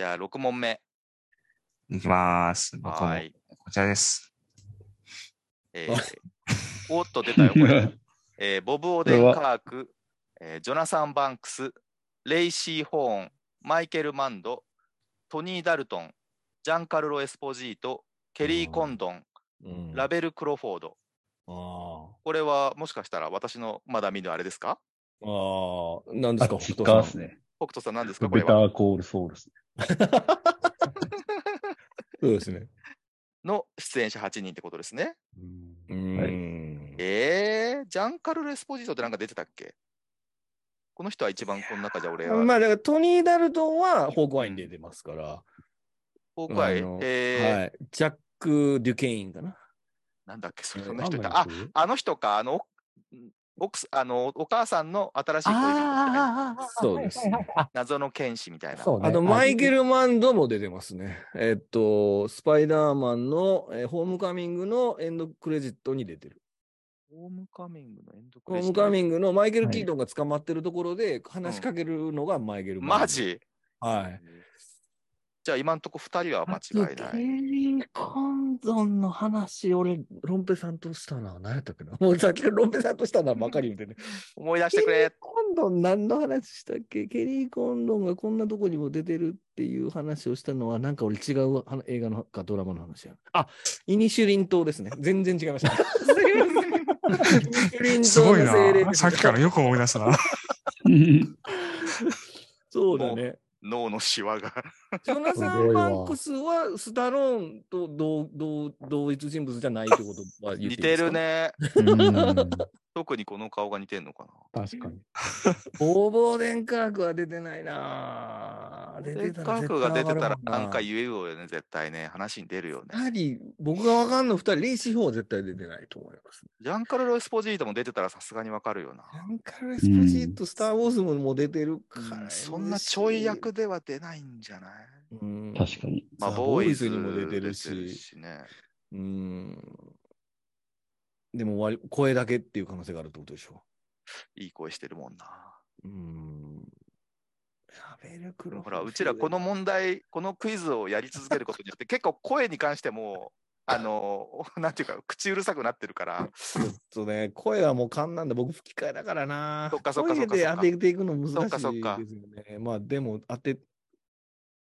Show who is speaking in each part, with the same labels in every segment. Speaker 1: ゃあ、6問目。
Speaker 2: いきます。僕も
Speaker 1: はーい。
Speaker 2: こちらです。
Speaker 1: えー、おっと、出たよ、これ。えーボブ・オデン・カーク、えージョナサン・バンクス、レイシー・ホーン、マイケル・マンド、トニー・ダルトン、ジャンカルロ・エスポジート、ケリー・コンドン、
Speaker 3: うん
Speaker 1: ラベル・クロフォード。
Speaker 3: あー
Speaker 1: これはもしかしたら私のまだ見ぬあれですか
Speaker 3: あー、なんで
Speaker 4: あ
Speaker 3: すか、
Speaker 4: っち
Speaker 3: 北斗
Speaker 4: 側で
Speaker 3: さ
Speaker 4: す
Speaker 3: ん。
Speaker 4: ね。
Speaker 1: 北斗さん何ですかこれ
Speaker 4: ベタ
Speaker 1: は。
Speaker 4: ーコールソウルですね。
Speaker 3: そうですね。
Speaker 1: の出演者8人ってことですね。
Speaker 3: う
Speaker 4: はい
Speaker 3: ん。
Speaker 1: えー、ジャンカルロ・エスポジートってなんか出てたっけこの人は一番この中じゃ俺は。
Speaker 3: まあ、だからトニー・ダルトンはホークワインで出てますから、
Speaker 1: 今回
Speaker 3: あの、
Speaker 1: えー
Speaker 3: はい。ジャック・デュケインかな。
Speaker 1: なんだっけそれ
Speaker 4: あ
Speaker 1: そ
Speaker 4: ん
Speaker 1: ん
Speaker 4: ま
Speaker 1: な人い
Speaker 4: り
Speaker 1: た。あ
Speaker 4: そ、う
Speaker 1: あの人か、あの、奥すあのお母さんの新しい恋人みたいな
Speaker 5: ああ、
Speaker 3: そうです
Speaker 5: はいはいはいあ
Speaker 1: 謎の剣士みたいな。
Speaker 5: そうね。
Speaker 3: あと、マイケ
Speaker 5: ル。
Speaker 3: ル・マンドも出てますね。えっと、スパイダーマンの、えーホームカミングのエンドクレジットに出てる。
Speaker 1: ホームカミングのエンドク
Speaker 3: ホ
Speaker 1: レ
Speaker 3: ー
Speaker 1: ジッ
Speaker 3: ム
Speaker 1: ト
Speaker 3: カミングのマイケル・
Speaker 4: はい
Speaker 3: キートンが捕まってるところで話しかけるのがマイケル・マンド
Speaker 1: マジ
Speaker 3: はい。
Speaker 1: じゃあ今んとこ2人は間違いない。
Speaker 5: リー・コンゾンの話、俺、
Speaker 3: ロンペさんとしたのは何やったっけな もうさっきからロンペさんとしたのはばっかり言うてね。
Speaker 1: 思い出してくれ。
Speaker 3: コンドン何の話したっけケリー・コンドンがこんなとこにも出てるっていう話をしたのは、なんか俺違うあの映画のかドラマの話や。あ、イニシュリン島ですね。全然違いま した。イニシュリン
Speaker 2: す
Speaker 3: 島
Speaker 2: ごい
Speaker 3: の精霊
Speaker 2: な。さっきからよく思い出すな。
Speaker 3: そうだね。
Speaker 1: 脳のシワが。
Speaker 3: ジョナサ
Speaker 4: すご
Speaker 3: ン・
Speaker 4: いわ
Speaker 3: バンクスはスタローンと同同同一人物じゃないってことは言っ
Speaker 1: 似
Speaker 3: てい
Speaker 1: て
Speaker 3: いですか
Speaker 1: る。ね。
Speaker 4: うん
Speaker 1: 特にこの顔が似てんのかな。
Speaker 4: 確かに。
Speaker 3: ボーボーデンカークは出てないなぁ出
Speaker 1: せ
Speaker 3: て
Speaker 1: ったからくが出てたら
Speaker 3: 絶対
Speaker 1: なんか
Speaker 3: 上がるもん
Speaker 1: 言えよね、絶対ね。話に出るよ
Speaker 3: なや
Speaker 1: ね。
Speaker 3: はり僕がわかんの二人、レイシー・フォーは絶対出てないと思います。
Speaker 1: ジャンカルロ・エスポジートも出てたらさすがにわかるよな。
Speaker 3: ジャンカル・エスポジート、スター・ウォーズも出てるから、
Speaker 1: うんそんなちょい役では出ないんじゃない
Speaker 3: うん、
Speaker 4: 確かに。
Speaker 1: まあ、
Speaker 3: ザ
Speaker 1: ボーイズ
Speaker 3: ボーイズにも出てる
Speaker 1: 出
Speaker 3: し
Speaker 1: てね。
Speaker 3: うん。でも割り声だけっていう可能性があるってことでしょ
Speaker 1: いい声してるもんな。
Speaker 3: う。うん。ラベル・クロ
Speaker 1: ほら、うちらこの問題、このクイズをやり続けることによって、 結構声に関しても、あの、 なんていうか、口うるさくなってるから、
Speaker 3: ちょっとね、声はもう勘なんで、僕吹き替えだからな。
Speaker 1: そっかそっかそっか
Speaker 3: 声で当てていくの難しい
Speaker 1: そっ
Speaker 3: で
Speaker 1: か
Speaker 3: すよ
Speaker 1: そっか
Speaker 3: ね。まあでも当て、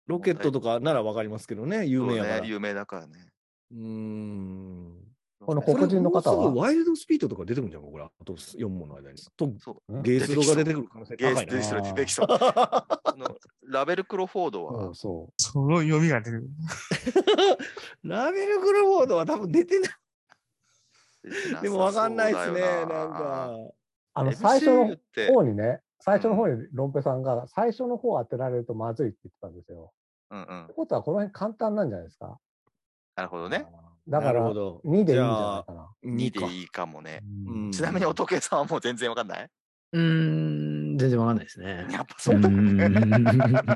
Speaker 3: ロケットとかならわかりますけどね、有名やから。
Speaker 1: そうね、有名だからね。
Speaker 3: うーん。
Speaker 5: この
Speaker 3: こ
Speaker 5: 黒人の方
Speaker 3: れもうすぐ
Speaker 5: は、
Speaker 3: ワイルドスピードとか出てくるんじゃん、これ。あと4問の間に。と、
Speaker 1: そう
Speaker 3: ゲイスロが出てくる可能性
Speaker 1: ゲー
Speaker 3: 高
Speaker 1: ス
Speaker 3: い
Speaker 1: デ
Speaker 3: な
Speaker 1: ィス。ト
Speaker 4: ロ
Speaker 1: できそう。 あのラベル・クロフォード
Speaker 4: そ
Speaker 1: は
Speaker 4: う、そ
Speaker 2: その読みが出る。
Speaker 3: ラベル・グルボードは多分出てな
Speaker 1: 出てなさそうだよ
Speaker 3: い。でもわかんないですね、なんか。。
Speaker 4: あ
Speaker 1: あ
Speaker 4: の、
Speaker 1: の、
Speaker 4: 最初の
Speaker 1: MCU って、
Speaker 4: 方にね、最初の方にロンペさんが、最初の方当てられるとまずいって言ってたんですよ。
Speaker 1: うんうん
Speaker 4: って、ことは、この辺簡単なんじゃないですか。
Speaker 1: なるほどね。
Speaker 4: だか
Speaker 3: なる
Speaker 4: ら
Speaker 3: ほ、ど。
Speaker 4: 2でいいんじ
Speaker 3: じゃ
Speaker 4: ゃない
Speaker 3: あ、
Speaker 4: かな。
Speaker 1: 2で
Speaker 3: 2でいい。
Speaker 1: いいかもね。
Speaker 3: うん
Speaker 1: ちなみに、お時計さんはもう全然わかんないう
Speaker 5: ーん、全然わかんないですね。
Speaker 1: やっぱ
Speaker 4: う
Speaker 1: そうだよね。
Speaker 4: ん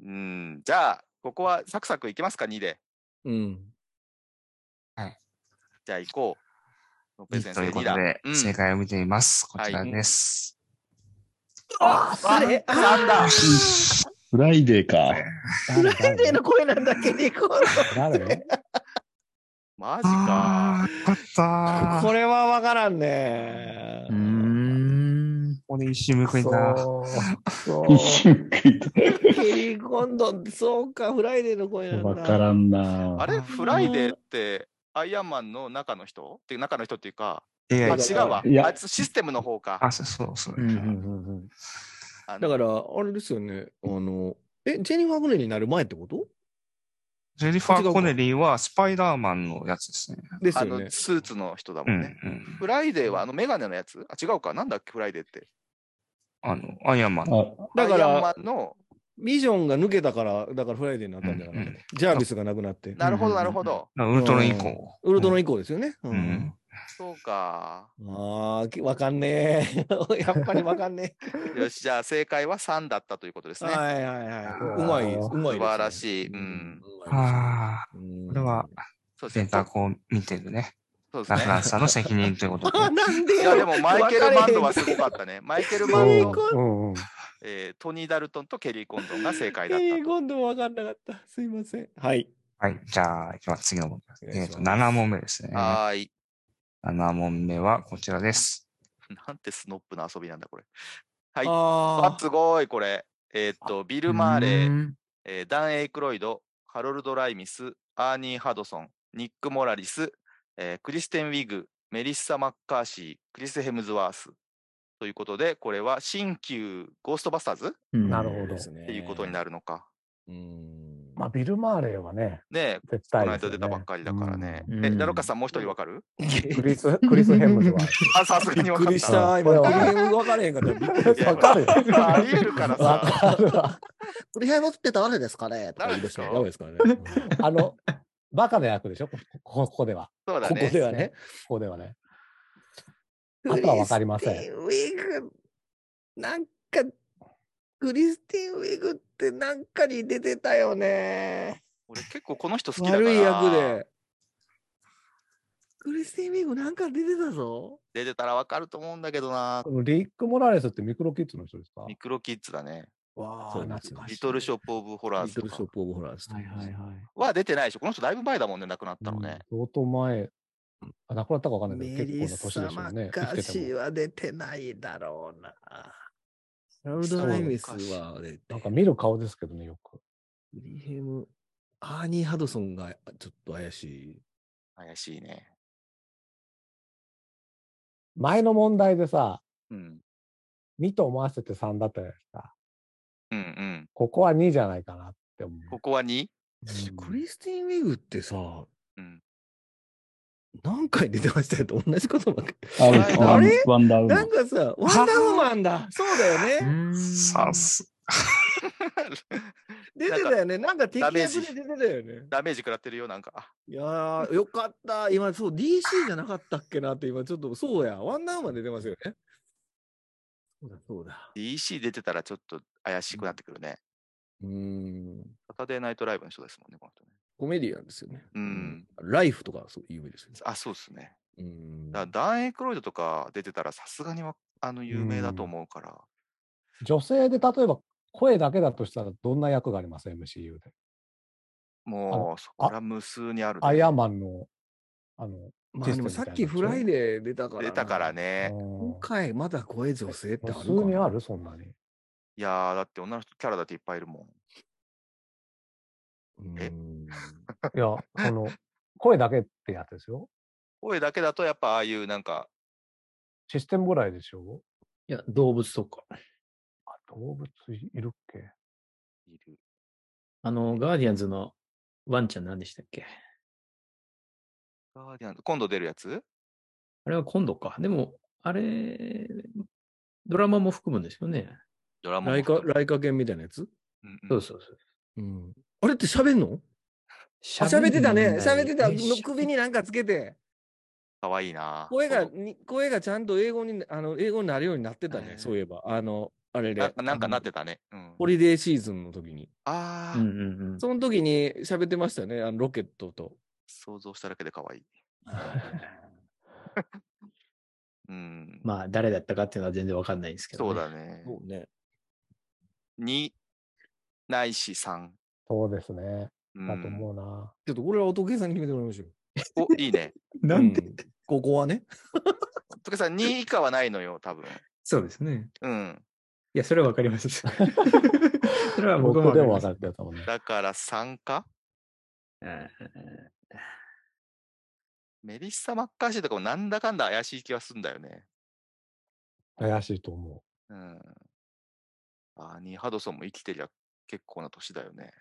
Speaker 1: うん、じゃあ、ここはサクサクいきますか、2で。
Speaker 3: うん。
Speaker 1: じゃあ、行こう。ロペ先
Speaker 2: とい
Speaker 1: 生、
Speaker 2: うこ
Speaker 1: 2
Speaker 2: と
Speaker 1: だ。
Speaker 2: で、
Speaker 1: うん
Speaker 2: 正解を見てみます。こちらです。
Speaker 5: あ
Speaker 1: あ、
Speaker 5: れ
Speaker 1: 3だ。
Speaker 4: フライデーか。
Speaker 5: 先生の声なんだけにこ
Speaker 4: 誰
Speaker 1: マジ
Speaker 2: あ
Speaker 1: か。
Speaker 2: あ、よかった
Speaker 3: こ。れはわからんね。
Speaker 2: ん。ここで一瞬報いた。
Speaker 3: そう。
Speaker 4: 一瞬食い
Speaker 3: ケリー・コンドンって、そうか、フライデーの声なん
Speaker 4: た。
Speaker 3: だ。
Speaker 4: わからんな
Speaker 1: あれ、フライデーって、アイアンマンの中の人って、中の人っていうか、
Speaker 2: い
Speaker 1: あ
Speaker 2: やい
Speaker 1: 違
Speaker 2: や。
Speaker 1: うわ。
Speaker 4: いや
Speaker 1: あいつシステムの方か
Speaker 2: あ、。そうそうそう。
Speaker 5: うん
Speaker 1: あの
Speaker 3: だから、あれですよね。あの、え、ジェニファー・コネリーになる前ってこと
Speaker 2: ジェニファー・コネリーはスパイダーマンのやつですね。
Speaker 3: です
Speaker 1: あ
Speaker 3: よ
Speaker 1: の
Speaker 3: ね。
Speaker 1: スーツの人だ
Speaker 2: う
Speaker 1: も
Speaker 2: ん
Speaker 1: ん
Speaker 2: う
Speaker 1: ね。
Speaker 2: ん。
Speaker 1: フライデーはあのメガネのやつあ、違うか。なんだっけ、フライデーって。
Speaker 2: あの、アイアンマン。
Speaker 4: あ、
Speaker 3: だか
Speaker 1: アイアンマ
Speaker 3: ら、
Speaker 1: ンの、
Speaker 3: ビジョンが抜けたから、だからフライデーになったんじゃない、
Speaker 2: うんうん
Speaker 3: ジャービスがなくなって。
Speaker 1: なるほ
Speaker 2: うん
Speaker 1: ど、
Speaker 2: う
Speaker 1: なんるほど。
Speaker 2: ウルトロン以降。
Speaker 3: ウルトロン以降ですよね。う
Speaker 2: うん。
Speaker 1: そうか。
Speaker 3: ああ、きわかんねえ。 やっぱりわかんね
Speaker 1: よし、じゃあ正解は3だったということで
Speaker 3: え。
Speaker 1: すね。
Speaker 3: はいはいはい。うまい、うまいですね、
Speaker 1: 素晴らしいうん
Speaker 3: うま
Speaker 2: ああ、
Speaker 3: いですね。
Speaker 2: これは
Speaker 1: そうです
Speaker 2: 選
Speaker 1: ね。
Speaker 2: 択を見てるね。
Speaker 1: そうです
Speaker 2: ラ
Speaker 1: ね
Speaker 2: フランスさんの責 任ということで。
Speaker 3: うん。なんで
Speaker 1: いやでもマイケル・マンドはすごかったね。マイケル・マン
Speaker 3: う
Speaker 1: ド
Speaker 3: ん、
Speaker 4: うんうん。
Speaker 1: えートニー・ダルトンとケリー・コンドンが正解だ
Speaker 3: え
Speaker 1: った
Speaker 3: ー、今度も分かんなかった。すいません。はい。
Speaker 2: はい。じゃあ、いきます。次の問
Speaker 3: お
Speaker 2: 題。
Speaker 3: 願
Speaker 2: え
Speaker 3: い
Speaker 2: っ、
Speaker 3: し
Speaker 2: と、
Speaker 3: ます
Speaker 2: 7問目ですね。
Speaker 1: と。はーい。
Speaker 2: 7問目はこちらです。
Speaker 1: なんてスノップの遊びなんだ、これ。はいあ、
Speaker 3: あ
Speaker 1: すごい、これ。えーっと、ビル・マーレー、
Speaker 5: ー。
Speaker 1: えーダン・エイクロイド、ハロルド・ライミス、アーニー・ハドソン、ニック・モラリス、えークリステン・ウィグ、メリッサ・マッカーシー、クリス・ヘムズワース。ということで、これは新旧ゴーストバスターズっ
Speaker 4: なるほ
Speaker 3: あ。
Speaker 4: ど
Speaker 3: ね。
Speaker 1: ていうことになるのか。
Speaker 3: うーん。
Speaker 4: まあ、ビル・マーレーはね、
Speaker 1: ねえ、
Speaker 4: 絶
Speaker 1: こ
Speaker 4: 対
Speaker 1: の
Speaker 4: で
Speaker 1: 間出
Speaker 4: すよね、
Speaker 1: たばっかりだからね。
Speaker 5: うん
Speaker 1: え、
Speaker 5: うん
Speaker 1: ラロカさん、もう一人わかる
Speaker 4: クリス、クリス・ヘムズは。
Speaker 1: あ、さすがに
Speaker 3: びっ
Speaker 1: わか
Speaker 3: く
Speaker 1: った。
Speaker 3: りした。今、
Speaker 4: これは
Speaker 3: ゲーム分かれへんかった。びっくりした
Speaker 4: わかるよ。
Speaker 1: まあありえるから
Speaker 4: わ
Speaker 1: さ。
Speaker 4: かるわ。
Speaker 5: これ、部屋持って誰ですかねとか言い出して
Speaker 1: 誰
Speaker 3: やばいですからね。
Speaker 4: あの、バカな役でしょここここでは。
Speaker 1: そうだ
Speaker 3: ここ
Speaker 1: ね。
Speaker 3: ではね。
Speaker 4: ここではね。あとは分かりません
Speaker 5: クリスティンウィグ、なんか、クリスティンウィグってなんかに出てたよね。
Speaker 1: 俺結構この人好きだから。
Speaker 3: 悪い役。で。
Speaker 5: クリスティンウィグなんか出てたぞ。
Speaker 1: 出てたらわかると思うんだけどな。
Speaker 4: このリック・モラレスってミクロキッズの人ですか
Speaker 1: ミクロキッズだね。
Speaker 5: わ
Speaker 3: そうなんですよ
Speaker 1: リトルショップ・オブ・ホラー
Speaker 3: リ
Speaker 1: ズ
Speaker 3: ト
Speaker 1: と
Speaker 3: ルシ
Speaker 1: か
Speaker 3: ョップ・オブ・ホラーズとか
Speaker 5: はいはいはい。
Speaker 1: は出てないでしょ。この人だいぶ前だもんね、亡くなったのね。
Speaker 4: 相当前。あ、亡くなったか分かんないけ
Speaker 5: メ
Speaker 4: ど、結構
Speaker 5: リッサ・
Speaker 4: な年でしょ
Speaker 5: マ
Speaker 4: うね
Speaker 5: ッ。カ
Speaker 4: 生
Speaker 5: ー
Speaker 4: き
Speaker 5: シ
Speaker 4: てて
Speaker 5: ー
Speaker 4: も。
Speaker 5: は出てないだろうな。
Speaker 3: ラウド・ライミスはね、
Speaker 4: なんか見る顔ですけどね、よく。
Speaker 3: ウィヘム、アーニー・ハドソンがちょっと怪しい。
Speaker 1: 怪しいね。
Speaker 4: 前の問題でさ、
Speaker 1: うん。
Speaker 4: 2と思わせて3だったじゃないですか。
Speaker 1: うんうん。
Speaker 4: ここは2じゃないかなって思う。
Speaker 1: ここは 2?
Speaker 3: クリスティン・ウィグってさ、
Speaker 1: うん。
Speaker 3: 何回出てましたよと同じことばっかり。
Speaker 6: あれ
Speaker 1: あ
Speaker 3: れ
Speaker 6: ワンダーウーマ
Speaker 3: な
Speaker 6: ン
Speaker 3: ん。かさ、ワンダーウーマンだ。そうだよね。
Speaker 2: さす。
Speaker 3: 出てたよね。なんか敵
Speaker 1: ダ
Speaker 3: 役
Speaker 1: メ
Speaker 3: で
Speaker 1: ージ
Speaker 3: 出てたよね。
Speaker 1: ダメージ食らってるよ、なんか。
Speaker 3: いやー、よかった。今、そう、DC じゃなかったっけなって、今、ちょっと、そうや。ワンダーウーマン出てますよね。そうだ、そうだ。
Speaker 1: DC 出てたらちょっと怪しくなってくるね。
Speaker 3: うーん。
Speaker 1: サタデーナイトライブの人ですもんね、この人ね。
Speaker 3: コメディアンですよね。
Speaker 1: うん。
Speaker 3: ライフとか、そう、有名ですよね。
Speaker 1: あ、そうですね。
Speaker 3: うーん。
Speaker 1: だからダン・エイクロイドとか出てたらさすがにわあの有名だと
Speaker 4: うん
Speaker 1: 思うから。
Speaker 4: 女性で例えば声だけだとしたらどんな役があります ?MCU で。
Speaker 1: もう、そこら無数にあるね、
Speaker 4: アイアンマンの、あの、
Speaker 3: まあ、でもさっきフライデー出たからな。
Speaker 1: 出たからね。
Speaker 3: 今
Speaker 4: 今
Speaker 3: 回、まだ声女性ってあるか
Speaker 4: 普
Speaker 3: な
Speaker 4: 通にあるそんなに。
Speaker 1: いやー、だって女の人キャラだっていっぱいいるもん。え
Speaker 3: うーん
Speaker 4: いや、その、声だけってやつですよ。
Speaker 1: 声だけだとやっぱああいうなんか、
Speaker 4: システムぐらいでしょ
Speaker 5: いや、動物とか。
Speaker 4: あ動物いるっけ
Speaker 1: いる。
Speaker 5: あの、ガーディアンズのワンちゃん何でしたっけ
Speaker 1: ガーディアンズ今度出るやつ
Speaker 5: あれは今度か。でも、あれ、ドラマも含むんですよね。
Speaker 1: ドラマ
Speaker 3: ラ
Speaker 1: も
Speaker 3: イカ
Speaker 1: 含、め
Speaker 3: ライカ犬みたいなやつ
Speaker 1: うんうん
Speaker 5: そうそうそう。
Speaker 3: うん。あれって喋んのあ喋ってたね。喋ってた。の首になんかつけて。
Speaker 1: かわいいな。
Speaker 3: 声
Speaker 1: 今
Speaker 3: が
Speaker 1: 度
Speaker 3: に、声がちゃんと英語に、あの、英語になるようになってたね。
Speaker 5: うん
Speaker 3: そういえば。あの、あれで。
Speaker 1: なんかなんかなっ
Speaker 3: あの
Speaker 1: てたね。うん、
Speaker 3: ホリデーシーズンの時に。
Speaker 1: あ
Speaker 5: う
Speaker 1: あ、
Speaker 5: んうんうん。
Speaker 3: その時に喋ってましたよね。あの、ロケットと。
Speaker 1: 想像しただけで可愛い。うん。
Speaker 5: まあ、誰だったかっていうのは全然わかんないんですけど、
Speaker 1: そうだね。
Speaker 3: うね。
Speaker 1: 2ないし3。
Speaker 4: そうですね。
Speaker 1: う
Speaker 4: だと
Speaker 1: ん、
Speaker 4: 思うな。
Speaker 3: ちょっとこれはお時計さんに決めてもらいましょう。
Speaker 1: おいいね。
Speaker 5: な
Speaker 3: うここはね。
Speaker 1: とけさん、2以下はないのよ、多分。
Speaker 5: そうですね。
Speaker 1: うん。
Speaker 5: いや、それはわかり ます。それは僕も
Speaker 4: 僕でも
Speaker 5: わかり
Speaker 4: 分かるってやつだもんね。
Speaker 1: だから3か
Speaker 5: ます。
Speaker 1: メリッサ・マッカーシーとかもなんだかんだ怪しい気がすんだよね。
Speaker 4: 怪しいと思
Speaker 1: うん。アーニー・ハドソンも生きてりゃ結構な年だよね。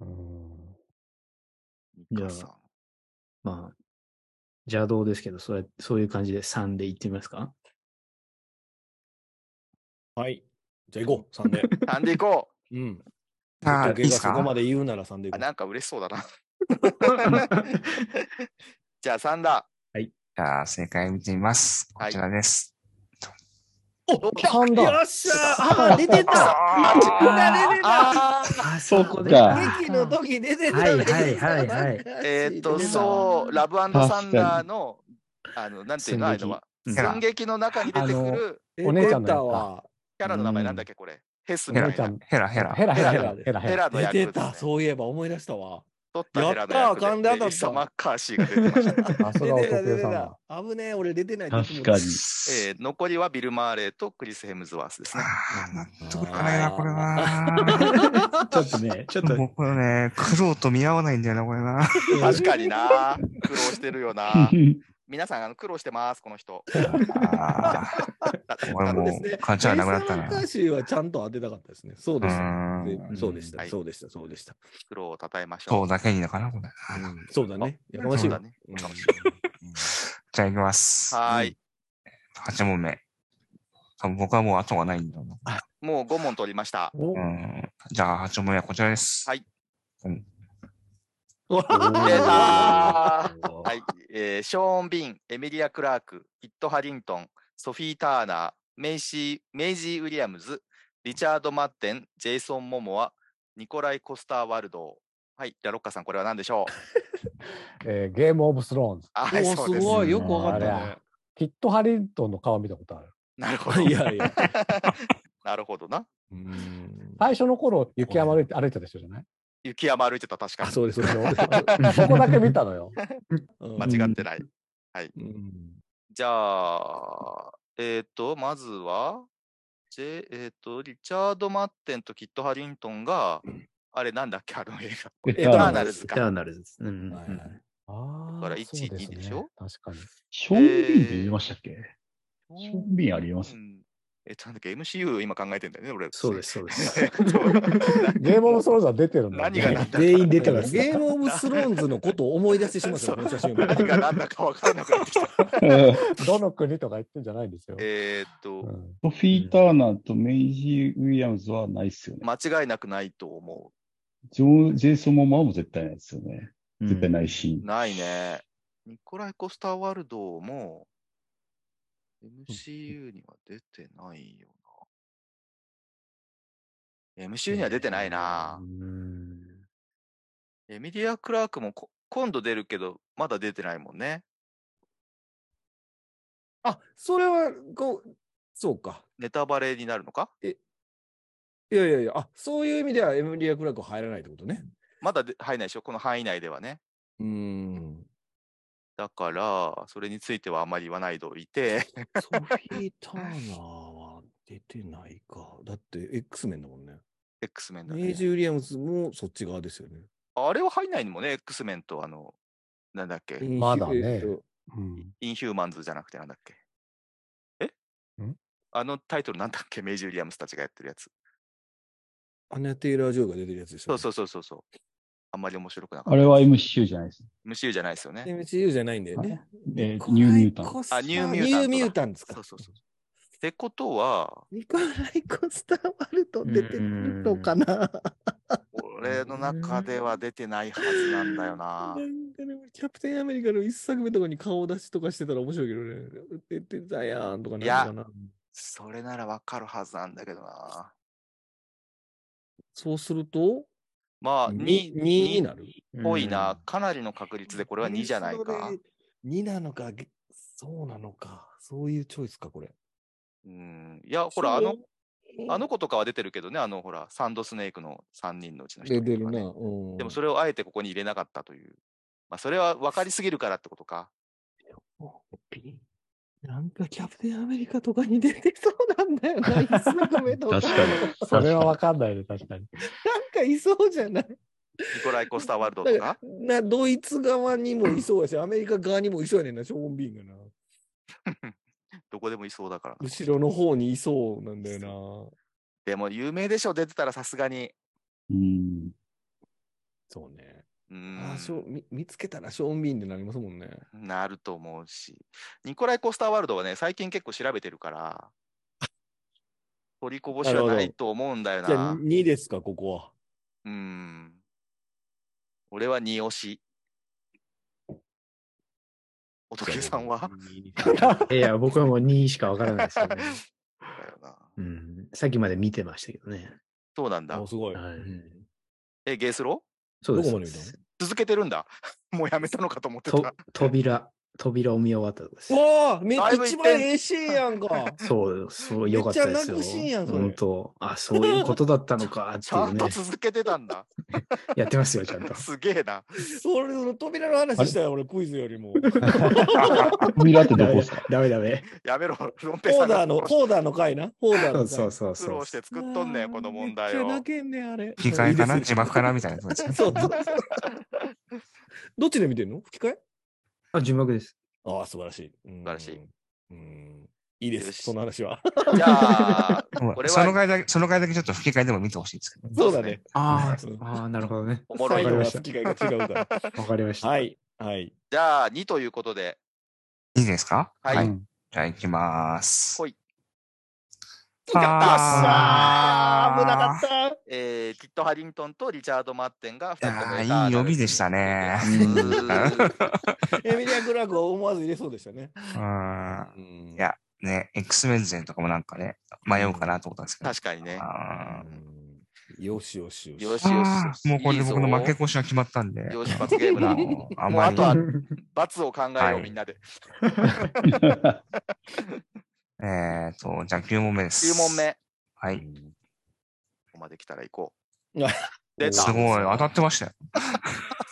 Speaker 4: う。うん。
Speaker 1: ミカ
Speaker 5: じ
Speaker 1: さ
Speaker 5: ゃ
Speaker 1: ん。
Speaker 5: まあ、邪道ですけど、そうやそういう感じで3でいってみます か
Speaker 3: はい。じゃあ行こう。3で。
Speaker 1: 3でいこ
Speaker 3: うん。
Speaker 2: あー
Speaker 3: お時計
Speaker 2: いいっ
Speaker 3: が
Speaker 2: す
Speaker 3: そ
Speaker 2: か
Speaker 3: こまで言うなら3で
Speaker 1: う。あ
Speaker 3: 行こ
Speaker 1: なんか嬉しそうだな。 じゃあ3だ。
Speaker 2: じゃあ、正解見てみます。
Speaker 1: は
Speaker 2: こ
Speaker 1: い
Speaker 2: ちらです。
Speaker 1: お
Speaker 4: 3
Speaker 3: う。
Speaker 4: だ。
Speaker 3: っしゃーあー出てた
Speaker 5: あ
Speaker 3: 出てた
Speaker 1: あー
Speaker 5: あ、
Speaker 6: そこでそっか
Speaker 3: 劇の時出てた
Speaker 5: はいはいはいはい
Speaker 1: えーっと、
Speaker 3: う。
Speaker 1: そう、ラブサンダーの、あの、なんていうの、
Speaker 5: 寸
Speaker 1: ああ
Speaker 5: 劇
Speaker 1: いうのは、
Speaker 5: うん
Speaker 1: 寸劇の中に出てく
Speaker 4: あの
Speaker 1: る、
Speaker 3: 出
Speaker 4: お姉ち
Speaker 3: て
Speaker 4: ゃんの
Speaker 3: た
Speaker 4: やつか
Speaker 3: わ。
Speaker 1: キャラの名前なんだっけ、これ。ヘスみ
Speaker 2: ヘ
Speaker 1: た
Speaker 2: ラ
Speaker 1: い
Speaker 4: ちゃ。
Speaker 1: なん
Speaker 2: ヘラヘラ。
Speaker 4: ヘラヘラヘ
Speaker 3: ヘラ
Speaker 4: ラヘラヘ
Speaker 1: ヘ
Speaker 4: ラ。
Speaker 1: ラの
Speaker 3: 出
Speaker 1: 役
Speaker 3: て
Speaker 1: です、
Speaker 3: た、
Speaker 1: ね。
Speaker 3: そういえば思い出したわ。
Speaker 1: 取ったヘラの
Speaker 3: やった
Speaker 1: 役
Speaker 3: ー
Speaker 1: で。
Speaker 3: 神田だった
Speaker 1: でイサマッカーシーが出てました。
Speaker 4: さす
Speaker 3: 出て
Speaker 4: が
Speaker 3: た
Speaker 4: 男優さん
Speaker 3: 出
Speaker 4: だ
Speaker 3: てた危ねえ、俺出てないっていつも
Speaker 6: 確かに。
Speaker 1: えー残りはビル・マーレーとクリス・ヘムズワースですね。
Speaker 2: あー納得いかないな、これは。
Speaker 6: ちょっ とね、ちょっと
Speaker 2: もうこれね、苦労と見合わないんだよな、これな。
Speaker 1: 確かにな。苦労してるよな。
Speaker 6: ね。
Speaker 1: 皆さんあの苦労してます、この人。
Speaker 2: あー俺
Speaker 3: そうで
Speaker 2: も
Speaker 3: すね
Speaker 2: う、勘違いなくなった
Speaker 3: レイサーマッカ
Speaker 2: な。
Speaker 3: ーシーはちゃんと当てたかったですね。そうですね。
Speaker 2: う
Speaker 6: うん
Speaker 3: でそうでし
Speaker 1: は
Speaker 3: た、
Speaker 1: い
Speaker 3: そうでした、そうでした。
Speaker 1: 苦労を称えまし
Speaker 2: そ
Speaker 1: ょ
Speaker 2: う
Speaker 1: う。
Speaker 2: だけにだから、これ。
Speaker 3: うんそうだね。やかまし
Speaker 1: そ
Speaker 3: いうわ
Speaker 1: だ。ね。
Speaker 3: うん
Speaker 1: かもし
Speaker 2: じゃあ行きます。
Speaker 1: はーい。
Speaker 2: 8問目。多分僕はもう後がないんだろうな。
Speaker 1: もう5問取りました。
Speaker 4: お
Speaker 2: うんじゃあ8問目はこちらです。
Speaker 1: はい
Speaker 6: ー
Speaker 1: 出たー
Speaker 3: は
Speaker 1: はいい、えーショーン・ビン、エミリア・クラーク、キット・ハリントン、ソフィー・ターナー、メイシー、メイジー・ウィリアムズ、リチャード・マッテン、ジェイソン・モモア、ニコライ・コスター・ワルドー。はい、じゃあロッカさん、これは何でしょう
Speaker 4: えーゲームオブスローンズ。
Speaker 1: あ、はい、
Speaker 3: お
Speaker 1: そう
Speaker 3: ー
Speaker 1: ですす。
Speaker 3: ごい、よくわかっ
Speaker 4: あ
Speaker 3: た
Speaker 4: れ
Speaker 3: ね
Speaker 4: や。きっとハリントンの顔見たことある。
Speaker 1: なるほど。
Speaker 3: いやいや。
Speaker 1: なるほどな。
Speaker 3: うん
Speaker 4: 最初の頃、雪山歩いて歩いてた人じゃない
Speaker 1: 雪山歩いてた、確か
Speaker 3: あ、
Speaker 1: に。
Speaker 3: そうです、そうです
Speaker 4: そこだけ見たのよ。
Speaker 3: うん
Speaker 1: 間違ってない。
Speaker 3: うん
Speaker 1: じゃあ、えっ、と、まずは、ジェえっ、と、リチャード・マッテンとキット・ハリントンが、あれ、なんだっけ、あの映 画。
Speaker 6: エ
Speaker 1: ターナルズ
Speaker 6: エターナルズです。うん
Speaker 3: はいはい
Speaker 4: ああ。
Speaker 1: だから
Speaker 4: そうす
Speaker 1: 1位でしょ
Speaker 4: 確かに。
Speaker 6: ショーン・ビーンって出ましたっけショーン・ビーンありま す
Speaker 1: うんえっと、なんだっけ、MCU 今考えてんだよね、俺。。
Speaker 6: そうで すす、そうです。
Speaker 4: ゲームオブスローンズは出てるんだ。
Speaker 1: 何が何だ
Speaker 6: 全員出てます。
Speaker 3: ゲームオブスローンズのことを思い出してしまった、この写真を見て
Speaker 1: 何が何だか分からなくなってきた。
Speaker 6: うん
Speaker 4: どの国とか言ってんじゃないんですよ。
Speaker 1: えーっと、
Speaker 4: うん
Speaker 6: ソフィー・ターナーとメイジー・ウィリアムズはないっすよね。
Speaker 1: 間違いなくないと思
Speaker 6: ジョージェイソン・モモアも絶対ないですよね。
Speaker 5: うん
Speaker 6: 絶対ないし
Speaker 1: う。。ないね。ニコライ・コスター・ワルドも、MCU には出てないよな。MCU には出てないな
Speaker 6: う。ん
Speaker 1: エミリア・クラークもこ今度出るけど、まだ出てないもんね。
Speaker 3: あ、それは、こう、そうか。
Speaker 1: ネタバレになるのか
Speaker 3: いやいやいや、あ、そういう意味ではエミリア・クラークは入らないってことね。
Speaker 1: まだで入んないでしょこの範囲内ではね。
Speaker 3: うん。
Speaker 1: だから、それについてはあまり言わないでおいて、
Speaker 3: ソフィー・ターナーは出てないか。だって、X メンだもんね。
Speaker 1: X メンだ
Speaker 3: ネイ
Speaker 1: ね。
Speaker 3: ジ・ウィリアムズもそっち側ですよね。
Speaker 1: あれは入んないのもね、X メンと、あの、なんだっけ、
Speaker 4: まだね
Speaker 3: えっと
Speaker 4: うん
Speaker 1: インヒューマンズじゃなくてなんだっけ。え
Speaker 4: ん
Speaker 1: あのタイトルなんだっけ メイジ・ウィリアムスたちがやってるやつ。
Speaker 3: アネ・テイラー・ジョイが出てるやつでし
Speaker 1: そ
Speaker 3: ょ。
Speaker 1: うそうそうそうそう。あんまり面白くなか
Speaker 6: あ
Speaker 1: っ
Speaker 6: れは MCU じゃないです。
Speaker 1: た。MCU じゃないですよね。
Speaker 3: MCU じゃないんだよね。
Speaker 6: えーニュー・ミュータン。
Speaker 3: ン
Speaker 1: あ、ニューミュータン
Speaker 3: ニ
Speaker 1: トだ。
Speaker 3: ューミュータンです
Speaker 1: そ
Speaker 3: か
Speaker 1: う。そうそう。ってことは、
Speaker 5: ニコライ・コスター・ワルド出てるのかな
Speaker 1: 俺の中では出てないはずなんだよな
Speaker 3: な。んかでもキャプテンアメリカの一作目とかに顔出しとかしてたら面白いけどね。出てたやんとかなんのかな。
Speaker 1: それならわかるはずなんだけどな。
Speaker 3: そうすると、
Speaker 1: まあ、
Speaker 3: 2
Speaker 1: 2、
Speaker 3: になる。
Speaker 1: っぽいな。かなりの確率でこれは2じゃないか。。
Speaker 3: 2なのか、げそうなのか。そういうチョイスか、これ。
Speaker 1: うん。いや、ほら、あの、あの子とかは出てるけどね、あの、ほら、サンドスネークの3人のうちの人
Speaker 3: 出
Speaker 1: とかね、
Speaker 3: てるな。うん
Speaker 1: でもそれをあえてここに入れなかったという。まあ、それは分かりすぎるからってことか。
Speaker 5: なんかキャプテンアメリカとかに出てそうなんだよ な、一作目とか。
Speaker 6: 確かに。
Speaker 4: それはわかんないね、確かに。
Speaker 5: なんかいそうじゃない
Speaker 1: ニコライ・コスター・ワールドとか。
Speaker 3: なドイツ側にもいそうやし、アメリカ側にもいそうやねんな、ショーン・ビーンがな。
Speaker 1: どこでもいそうだからな。
Speaker 3: 後ろの方にいそうなんだよな。
Speaker 1: でも、有名でしょ、出てたらさすがに。
Speaker 6: うん。
Speaker 3: そうね。
Speaker 1: う
Speaker 3: あ
Speaker 1: ん
Speaker 3: ー。ショー見見つけたらショーン・ビーンでなりますもんね。
Speaker 1: なると思うし。ニコライ・コスター・ワールドはね、最近結構調べてるから、取りこぼしはないと思うんだよ
Speaker 3: じゃあ
Speaker 1: な。
Speaker 3: 2ですか、ここは。
Speaker 1: うん。俺は二押し。おとけさんは
Speaker 5: あ
Speaker 6: いや、僕はもう2位しかわからないですよね。
Speaker 1: だよな
Speaker 6: うん。さっきまで見てましたけどね。
Speaker 1: そうなんだ
Speaker 3: お。すごい。
Speaker 6: はい。
Speaker 1: え、ゲースロ
Speaker 6: そうです。
Speaker 3: どこまで見た の
Speaker 1: ー続けてるんだ。もうやめたのかと思って
Speaker 6: と
Speaker 1: た。
Speaker 6: 扉。
Speaker 7: 扉を見終わったとこです。
Speaker 3: おおめ
Speaker 1: だいぶ
Speaker 3: 一番ええシーンやん か。
Speaker 7: そう、そ
Speaker 3: めっ
Speaker 7: う、
Speaker 3: ちゃ
Speaker 7: よかったですよ。
Speaker 3: 泣くシーンやんそれ
Speaker 7: 本当。あ、そういうことだったの か、って
Speaker 1: ち
Speaker 7: い
Speaker 1: ゃ
Speaker 7: うんね
Speaker 1: と。続けてたん だ。
Speaker 7: やってますよ、ちゃんと。
Speaker 1: すげえな。
Speaker 3: それの扉の話したよ、 俺、クイズよりも。オ
Speaker 6: 扉ってどこですか
Speaker 7: ダメダメ。
Speaker 1: やめろ、ロンペイさ
Speaker 3: ー
Speaker 1: ん
Speaker 3: ダー
Speaker 1: が
Speaker 3: の、オーダーの回な。オーダーの
Speaker 7: そ
Speaker 3: 回
Speaker 7: うそう
Speaker 1: 苦
Speaker 7: そうそう
Speaker 1: 労して作っとんねん、この問題を
Speaker 3: めっちゃ。泣けんねんあれ。
Speaker 8: 吹き替えか
Speaker 3: い
Speaker 8: ない
Speaker 3: です
Speaker 8: 字幕かなみ たいなそうですね。
Speaker 3: そうそうそうどっちで見てんの吹き替え
Speaker 7: あ、字幕です。
Speaker 3: ああ、素晴らしい。素晴
Speaker 1: らしい。
Speaker 3: うん。いいで
Speaker 1: よ
Speaker 3: す、
Speaker 1: し
Speaker 3: その話は。
Speaker 1: じゃあ、
Speaker 8: ほら
Speaker 1: これは
Speaker 8: その回だけ、その回だけちょっと吹き替えでも見てほしいですけど。
Speaker 3: そうだね。
Speaker 7: あ
Speaker 3: うん
Speaker 7: ーあー、なるほどね。
Speaker 1: おもろい
Speaker 3: 最後
Speaker 1: よ
Speaker 3: は。吹き替えが違うから。
Speaker 7: わかりました。
Speaker 3: はい。はい。
Speaker 1: じゃあ、2ということで。
Speaker 8: いいですか
Speaker 1: は
Speaker 6: う
Speaker 1: い。
Speaker 6: ん
Speaker 8: じゃあ行きます。
Speaker 1: ほい
Speaker 8: あー。
Speaker 3: あー危なかった。
Speaker 1: えー、キット・ハリントンとリチャード・マッテンが2組
Speaker 8: いやーいい読みでしたね
Speaker 3: エミリア・グラークは思わず入れそうでしたね。
Speaker 8: うん。
Speaker 3: うん
Speaker 8: いやね、X メンゼンとかもなんかね、迷うかなと思ったんですけど。
Speaker 1: 確かに ね。
Speaker 8: あ
Speaker 3: よしよしよし。
Speaker 1: よし
Speaker 8: ー
Speaker 1: よ
Speaker 8: あ
Speaker 1: し。
Speaker 8: ーもうこれで僕の負け
Speaker 1: いいぞ
Speaker 8: 越しが決まったんで。
Speaker 1: よし、罰ゲームだ。
Speaker 8: もうあん
Speaker 1: もう
Speaker 8: ま
Speaker 1: あ
Speaker 8: り
Speaker 1: と。は罰を考えよ
Speaker 8: は
Speaker 1: う、
Speaker 8: い
Speaker 1: みんなで。
Speaker 8: えっと、じゃあ9問目です。
Speaker 1: 9問。目。
Speaker 8: はい。
Speaker 1: ここまで来たら行こう
Speaker 3: あ。
Speaker 1: 出た
Speaker 8: すごい、当たってましたよ。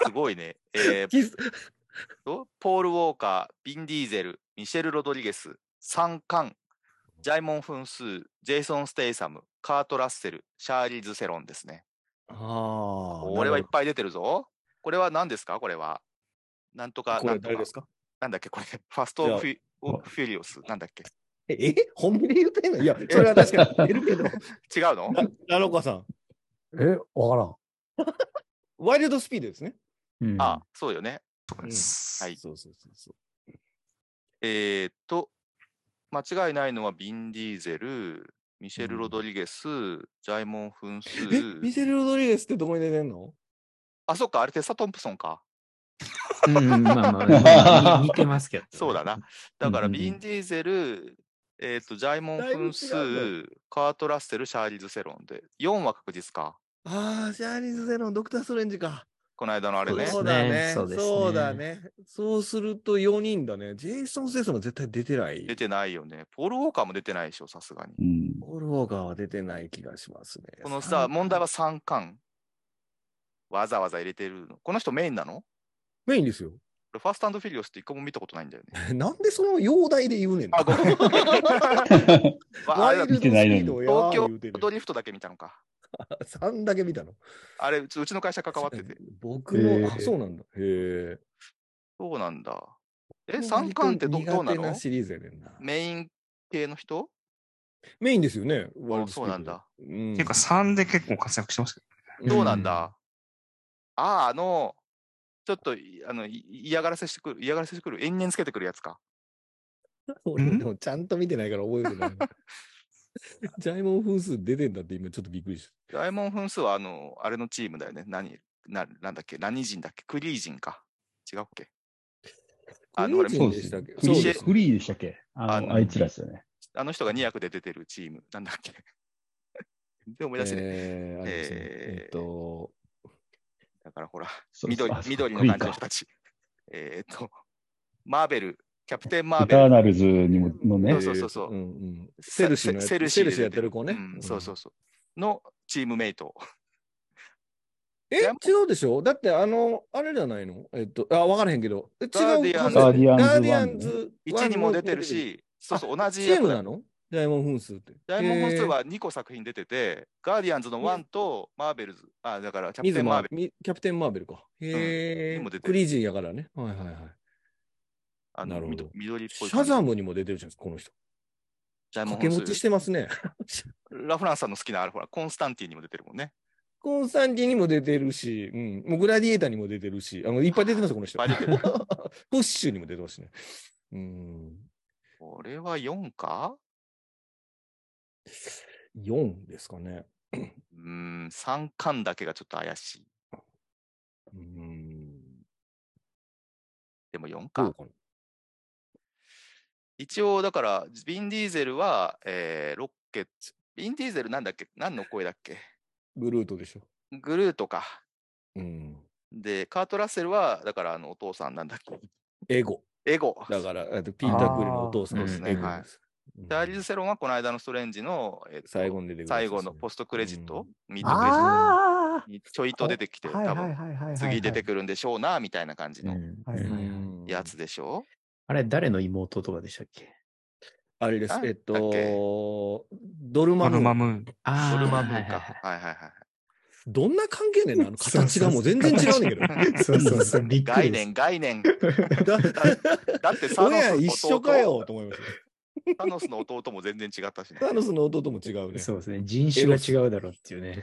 Speaker 1: すごいね。えー
Speaker 3: キス
Speaker 1: とポール・ウォーカー、ビン・ディーゼル、ミシェル・ロドリゲス、サン・カン、ジャイモン・フンスー、ジェイソン・ステイサム、カート・ラッセル、シャーリーズ・セロンですね。
Speaker 3: ああ。
Speaker 1: これはいっ
Speaker 3: なる
Speaker 1: ぱい出てるぞ。これは何ですかこれは。なんとか、
Speaker 3: ほどこ
Speaker 1: な
Speaker 3: れ
Speaker 1: んと
Speaker 3: 誰
Speaker 1: か
Speaker 3: です。か
Speaker 1: なんだっけこれ。ファスト・フィ
Speaker 6: いや
Speaker 1: おフュリオス。なんだっけ
Speaker 3: え、え本気で言ってんのいや、それは確かに言ってるけど。
Speaker 1: 違うの
Speaker 3: ラロカさん、
Speaker 4: え、わからん。
Speaker 3: ワイルドスピードですね。
Speaker 6: うん
Speaker 1: あ、そうよね。
Speaker 8: そうです。
Speaker 1: はい
Speaker 3: そうそうそうそう。
Speaker 1: えー、っと、間違いないのはビン・ディーゼル、ミシェル・ロドリゲス、ジャイモン・フンス
Speaker 3: え、ミ
Speaker 1: ー。
Speaker 3: シェル・ロドリゲスってどこに出てんの
Speaker 1: あ、そっか、あれテッサ・トンプソンか。
Speaker 7: うん、うんまあまあまあ、似似てますけど。
Speaker 1: そうだな。だから、
Speaker 7: うんうんうん
Speaker 1: ビン・ディーゼル、えっ、と、ジャイモン・
Speaker 3: だい
Speaker 1: フン
Speaker 3: ぶ違うね
Speaker 1: スー、カート・ラッセル、シャーリーズ・セロンで、4は確実か。
Speaker 3: ああ、シャーリーズ・ゼロン、ドクター・ストレンジか。
Speaker 1: この間のあれ
Speaker 7: そう
Speaker 1: ね
Speaker 7: で。す
Speaker 3: そうだね。
Speaker 7: ねそうですね
Speaker 3: そうだね。そうすると4人だね。ジェイソン・セイソンは絶対出てない。
Speaker 1: 出てないよね。ポール・ウォーカーも出てないでしょ、さすがに。
Speaker 6: うん
Speaker 3: オール・ウォーカーは出てない気がしますね。
Speaker 1: このさ、
Speaker 3: 三
Speaker 1: 問題は3巻。わざわざ入れてるの。この人メインなの
Speaker 3: メインですよ。
Speaker 1: 俺ファーストフィリオスって一個も見たことないんだよね。
Speaker 3: なんでその容体で言うねんな
Speaker 1: あ、ごめ ん。わあれだ
Speaker 6: 見てないのに
Speaker 3: 東
Speaker 1: 東京ドリフトだけ見たのか。
Speaker 3: 3だけ見たの。
Speaker 1: あれ、うちうちの会社関わってて。
Speaker 3: 僕の、
Speaker 6: へ
Speaker 3: あ、
Speaker 6: え
Speaker 3: そうなんだ。へ
Speaker 1: そうなんだ。
Speaker 3: え。
Speaker 1: え、三冠ってどどうな
Speaker 3: 苦手
Speaker 1: の
Speaker 3: シリーズやねんな。
Speaker 1: メイン系の人
Speaker 3: メインですよね。ワイルドスピード
Speaker 1: そうなんだ。
Speaker 3: うん。
Speaker 8: っていうか3で結構活躍してますけ
Speaker 1: どうなんだ、ああ、あの、ちょっといあのい嫌がらせしてくる、嫌がらせしてくる、延々つけてくるやつか。
Speaker 3: 俺
Speaker 8: ん
Speaker 3: でもちゃんと見てないから覚え てない。ジャイモン分数出てんだって今ちょっとびっくりし
Speaker 1: ダイヤモン分数はあの、あれのチームだよね。何、ななんだっけ何人だっけクリー人か。違うっけ
Speaker 3: た。
Speaker 1: あのほら
Speaker 3: クリー
Speaker 6: そう
Speaker 3: ンで
Speaker 6: で
Speaker 3: し
Speaker 6: す
Speaker 3: たっ
Speaker 6: ね
Speaker 3: け。
Speaker 6: フリ
Speaker 3: そう
Speaker 6: ー
Speaker 3: で
Speaker 6: ですフリーでしたっけ
Speaker 1: あ
Speaker 6: あ
Speaker 1: の
Speaker 6: の、あいつらですよね。
Speaker 1: あの人が2役で出てるチーム。なんだっけ 全然思い出せない。
Speaker 3: えーあれですねえ
Speaker 1: えー
Speaker 3: っと、
Speaker 1: だからほら、
Speaker 6: そう
Speaker 1: 緑
Speaker 6: あそう
Speaker 1: 緑の
Speaker 6: クイー
Speaker 1: 感
Speaker 6: ン
Speaker 1: じ
Speaker 6: か
Speaker 1: の人たち。えーっと、マーベル、キャプテン・マ
Speaker 6: エ
Speaker 1: ーベ
Speaker 6: ター
Speaker 1: ル。
Speaker 6: ナルズにも、のね
Speaker 1: そう、そうそうそう
Speaker 3: えーんうんセルシーのやつ
Speaker 1: セルシ
Speaker 3: セ
Speaker 1: ー
Speaker 3: ル
Speaker 1: で
Speaker 3: シーやってる子ね
Speaker 1: うん。そうそうそう。のチームメイト。
Speaker 3: え、違うでしょだって、あの、あれじゃないのえっと、あ、わからへんけど。え違う
Speaker 1: ガーディアンズ
Speaker 3: 完全に
Speaker 6: ガ
Speaker 3: ガー
Speaker 6: ー
Speaker 3: デ
Speaker 6: デ
Speaker 3: ィ
Speaker 6: ィ
Speaker 3: ア
Speaker 6: ア
Speaker 3: ン
Speaker 6: ンズ
Speaker 3: ズ。
Speaker 1: 1にも出てる、し、そうそう、同
Speaker 3: チ
Speaker 1: じ
Speaker 3: ー
Speaker 1: 役
Speaker 3: ム
Speaker 1: だ
Speaker 3: な。のダイヤモン分数って。
Speaker 1: ダイヤモンド・フンス
Speaker 3: えー、
Speaker 1: は2個作品出てて、ガーディアンズの1とマーベルズ、あ、だからキャ
Speaker 3: ミ
Speaker 1: プテ
Speaker 3: ズ
Speaker 1: ン・マ
Speaker 3: マ
Speaker 1: ー
Speaker 3: ー
Speaker 1: ベル、
Speaker 3: ベル。キャプテン・マーベルか。へ
Speaker 1: にも出
Speaker 3: え。
Speaker 1: てる
Speaker 3: クリージーやからね。はいはいはい。
Speaker 1: あの
Speaker 3: なるほど
Speaker 1: 緑緑っぽ
Speaker 3: シ
Speaker 1: い感
Speaker 3: ャ
Speaker 1: じ。
Speaker 3: ザムにも出てるじゃないですか、この人。
Speaker 1: ダイヤモンド
Speaker 3: 掛け持
Speaker 1: フン
Speaker 3: ちし
Speaker 1: ス
Speaker 3: てますね。
Speaker 1: ラ・フランスさんの好きなあれ、ほら、コンスタンティンにも出てるもんね。
Speaker 3: コンスタンティにも出てるし、うん。もうグラディエーターにも出てるし、あの、いっぱい出てますよ、この人。
Speaker 1: い っぱい出てる
Speaker 3: プッシュにも出てますしね。うん。
Speaker 1: これは4か
Speaker 3: 4ですかね。
Speaker 1: うーん、3巻だけがちょっと怪しい。
Speaker 3: うん。
Speaker 1: でも4
Speaker 3: どう
Speaker 1: か。
Speaker 3: かな。
Speaker 1: 一応、だから、ビン・ディーゼルは、えーロッケッツ。ビン・ディーゼルなんだっけ何の声だっけ
Speaker 3: グルートでしょ。
Speaker 1: グルートか。
Speaker 3: うん。
Speaker 1: で、カート・ラッセルは、だから、あの、お父さんなんだっけ
Speaker 3: エゴ。
Speaker 1: エゴ。
Speaker 3: だから、えっとピーター・クイルのお父さん
Speaker 7: あー
Speaker 1: そうですね
Speaker 3: エゴです
Speaker 1: チャーリーズ・セロンはこの間のストレンジの、えっと
Speaker 3: 最後に出てくる
Speaker 1: 最後のポストクレジット、ミッドクレジッ
Speaker 4: あ
Speaker 1: トにちょいと出てきて、
Speaker 4: あ
Speaker 1: 多
Speaker 4: はいはい
Speaker 1: 分
Speaker 4: はいはい。
Speaker 1: 次出てくるんでしょうな、みたいな感じの
Speaker 4: はいはいはい
Speaker 1: やつでしょ
Speaker 7: あれ、誰の妹とかでしたっけ
Speaker 3: あれです
Speaker 1: な。んだ
Speaker 3: え
Speaker 1: っ
Speaker 3: っ
Speaker 1: け
Speaker 3: と、ドル
Speaker 2: マ
Speaker 3: マ
Speaker 2: ルマ
Speaker 3: ム。
Speaker 2: ムーン。
Speaker 1: う。
Speaker 7: あ
Speaker 1: ド
Speaker 7: ー
Speaker 1: ルマム
Speaker 7: はい
Speaker 1: ーン
Speaker 7: はい
Speaker 1: か。
Speaker 7: はい
Speaker 1: はいはいはい。
Speaker 3: どんな関係ねんなあの形がもう全然違うねんだけ
Speaker 7: そうそうそう、 びっくり
Speaker 1: 概
Speaker 7: です。
Speaker 1: 念、概念。
Speaker 3: ど。
Speaker 1: だってサノス
Speaker 3: 親
Speaker 1: の弟
Speaker 3: 一緒かよと思いました。
Speaker 1: サノスの弟も全然違ったしね。
Speaker 3: サノスの弟も違うね。
Speaker 7: そうですね、人種が違うだろうっていうね。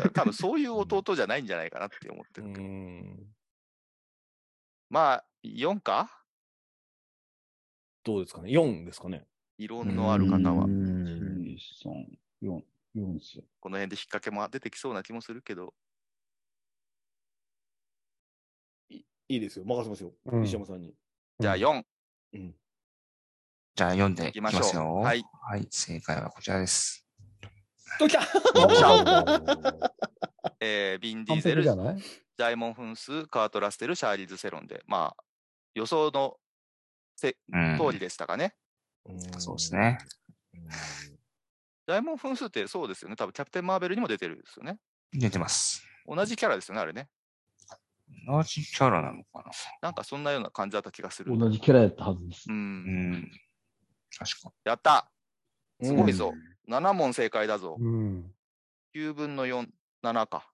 Speaker 3: うん
Speaker 1: 多分そういう弟じゃないんじゃないかなって思って
Speaker 3: う
Speaker 1: る。
Speaker 3: ん。
Speaker 1: まあ、4か
Speaker 3: どうですかね ?4 ですかね
Speaker 1: 異論のある方は。
Speaker 7: うん
Speaker 6: 1、3、4、4っすよ。
Speaker 1: この辺で引っ掛けも出てきそうな気もするけど。
Speaker 3: いいですよ。任せますよ。
Speaker 4: うん
Speaker 3: 西山さんに。
Speaker 1: じゃあ4。
Speaker 8: じゃあ読んでいき
Speaker 1: きま
Speaker 8: ま
Speaker 1: しょう
Speaker 8: すよ。
Speaker 1: はい。
Speaker 8: はい。正解はこちらです。
Speaker 3: ときた
Speaker 1: えー、ビン・ディ
Speaker 4: 完
Speaker 1: ーゼ
Speaker 4: 璧
Speaker 1: ル、
Speaker 4: じ
Speaker 1: ジ
Speaker 4: ゃない
Speaker 1: ャイモン・フンス、カート・ラステル、シャーリーズ・セロンで、まあ、予想のせ
Speaker 8: うん。
Speaker 1: 通りでしたかね。
Speaker 8: そうですね。
Speaker 1: ジャイモン・フンスってそうですよね。多分キャプテン・マーベルにも出てるんですよね。
Speaker 8: 出てます。
Speaker 1: 同じキャラですよね、あれね。
Speaker 8: 同じキャラなのかな
Speaker 1: なんかそんなような感じだった気がする。
Speaker 6: 同じキャラやったはずです
Speaker 1: う。。
Speaker 8: うんん。確か。
Speaker 1: やった
Speaker 3: うん
Speaker 1: すごいぞ。7問正解だぞ。
Speaker 4: うん。
Speaker 1: 9分の4、7か。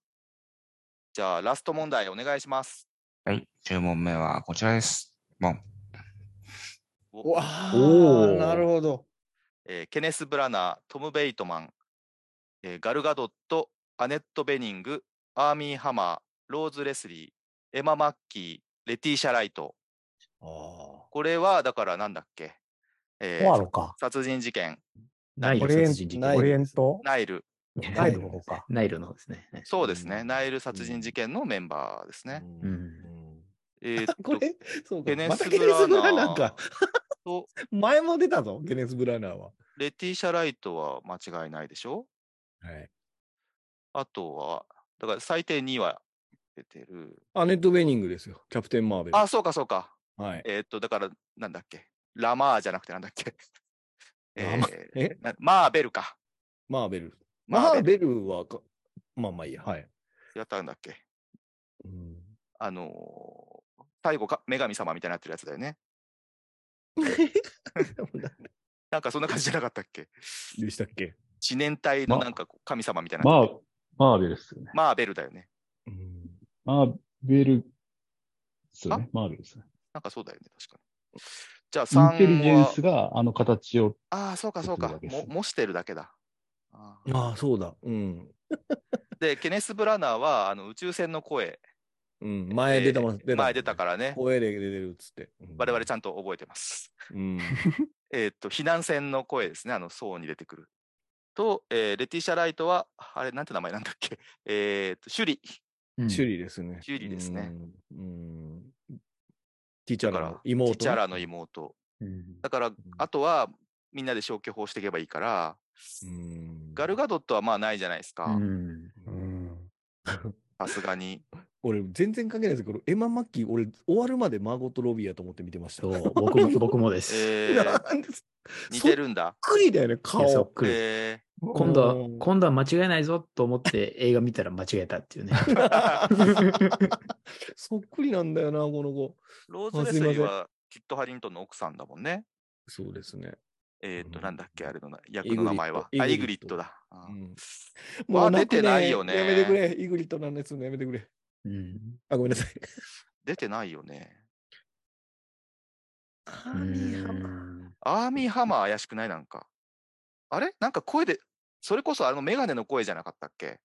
Speaker 1: じゃあ、ラスト問題お願いします。
Speaker 8: はい。10問目はこちらです。ボン。
Speaker 1: お
Speaker 3: わ
Speaker 7: お
Speaker 3: あ
Speaker 7: ー
Speaker 3: なるほど。
Speaker 1: えーケネス・ブラナー、トム・ベイトマン、えーガルガドット、アネット・ベニング、アーミー・ハマー、ローズ・レスリー、エマ・マッキー、レティーシャ・ライト。
Speaker 3: あ
Speaker 1: これは、だからなんだっけ、えー
Speaker 4: コアロか。
Speaker 1: 殺人事件、
Speaker 7: ナイ
Speaker 4: オ
Speaker 7: ル
Speaker 4: リエン
Speaker 7: 殺人事
Speaker 3: ナイ
Speaker 4: オ
Speaker 3: ル
Speaker 4: リ
Speaker 7: 件。
Speaker 4: エント
Speaker 1: ナイル。
Speaker 4: ナイルの方か。
Speaker 7: ナイルの方ですね。
Speaker 1: そうですね、
Speaker 3: うん
Speaker 1: ナイル殺人事件のメンバーです
Speaker 3: あ。
Speaker 1: ね。
Speaker 3: う
Speaker 7: うん
Speaker 3: ん。
Speaker 1: えーっ、
Speaker 3: ことれ、そうか
Speaker 1: ケ。ネ
Speaker 3: ま
Speaker 1: ス
Speaker 3: た
Speaker 1: ブ
Speaker 3: ケネ
Speaker 1: ラナー
Speaker 3: ス・ブラナーか。
Speaker 1: と
Speaker 3: 前も出たぞ、ケネス・ブラナーは。
Speaker 1: レティーシャ・ライトは間違いないでしょ
Speaker 3: はい。
Speaker 1: あとは、だから最低2は出てる。
Speaker 3: アネット・ベニングですよ。キャプテン・マーベル。
Speaker 1: あ、そうかそうか。
Speaker 3: はい。
Speaker 1: えーっと、だから、なんだっけ。ラマーじゃなくてなんだっけ。
Speaker 3: ラ
Speaker 1: え
Speaker 3: マ
Speaker 1: ー
Speaker 3: え
Speaker 1: なマーベルか。
Speaker 3: マーベル。
Speaker 1: マ
Speaker 3: マ
Speaker 1: ー
Speaker 3: ー
Speaker 1: ベ
Speaker 3: ベルはか、まあまあいいや。はい。
Speaker 1: やったんだっけ。
Speaker 3: うん
Speaker 1: あのー、最後か、女神様みたいになってるやつだよね。 なんかそんな感じじゃなかったっけ。
Speaker 3: でしたっけ
Speaker 1: 知念体のなんかこう神様みたいな。
Speaker 6: マー、マーベルっすよね。
Speaker 1: マーベルだよね。
Speaker 3: うん。
Speaker 6: マーベルっすよね。マーベルっすね。
Speaker 1: なんかそうだよね、確かに。じゃあ
Speaker 6: インテリ
Speaker 1: 3
Speaker 6: ジェン
Speaker 1: は
Speaker 6: ス、があの形を、
Speaker 1: ああ、そうかそう
Speaker 6: 作
Speaker 1: か
Speaker 6: ってるだけです
Speaker 1: も。模してるだけだ。あー
Speaker 3: ああ、そうだ。うん。
Speaker 1: で、ケネス・ブラナーはあの宇宙船の声。
Speaker 3: うん。前出た
Speaker 1: え
Speaker 3: ま、
Speaker 1: ー前出たからね。
Speaker 3: 声で出てるっつって。うん
Speaker 1: 我々ちゃんと覚えてます。
Speaker 3: うん。
Speaker 1: えーっと、避難船の声ですね。あの、層に出てくる。と、えーレティシャ・ライトは、あれ、なんて名前なんだっけ。えーっと、シュリ。
Speaker 3: シュリーですね。
Speaker 1: シュリーですね
Speaker 3: うん。うん。ティーチャ
Speaker 1: だか
Speaker 3: ーラ
Speaker 1: ら、
Speaker 3: の
Speaker 1: テ
Speaker 3: 妹。
Speaker 1: ィチャラの。妹。だから、あとは、みんなで消去法していけばいいから、
Speaker 3: うん。
Speaker 1: ガルガドットはまあないじゃないですか。
Speaker 7: うん。
Speaker 4: うん。
Speaker 1: さすがに。
Speaker 3: 俺、全然関係ないですけど、エマ・マッキー、俺、終わるまでマーゴット・ロビーやと思って見てました。
Speaker 7: そう、僕も、僕もです。
Speaker 1: え ー、
Speaker 3: なんです
Speaker 1: 似てるんだ。
Speaker 3: そっくりだよね、
Speaker 7: いやそっ
Speaker 3: 顔。
Speaker 7: くり。
Speaker 1: え
Speaker 7: 今度は
Speaker 3: うん、
Speaker 7: 今度は間違えないぞと思って映画見たら間違えたっていうね。
Speaker 3: そっくりなんだよな、この子。
Speaker 1: ー、ローズ・レスリーは、キット・ハリントンの奥さんだもんね。
Speaker 3: そうですね。
Speaker 1: えーっと、
Speaker 3: うん
Speaker 1: なんだっけ、あれのな役
Speaker 3: イグ
Speaker 1: の名
Speaker 3: リット
Speaker 1: 前は。あ、イ
Speaker 3: イ
Speaker 1: グ
Speaker 3: グ
Speaker 1: リ
Speaker 3: リ
Speaker 1: ッ
Speaker 3: ット
Speaker 1: トだ。あー
Speaker 3: うん
Speaker 1: まあ
Speaker 3: もうく
Speaker 1: 出てないよね
Speaker 3: やめてくれ。イグリットなんですのやめてくれ。
Speaker 7: うん。
Speaker 3: あ、ごめんなさい。
Speaker 1: 出てないよね。
Speaker 7: う
Speaker 5: ー
Speaker 7: ん
Speaker 1: アーミーハマー怪しくないなんか。あれなんか声で、それこそあのメガネの声じゃなかったっけ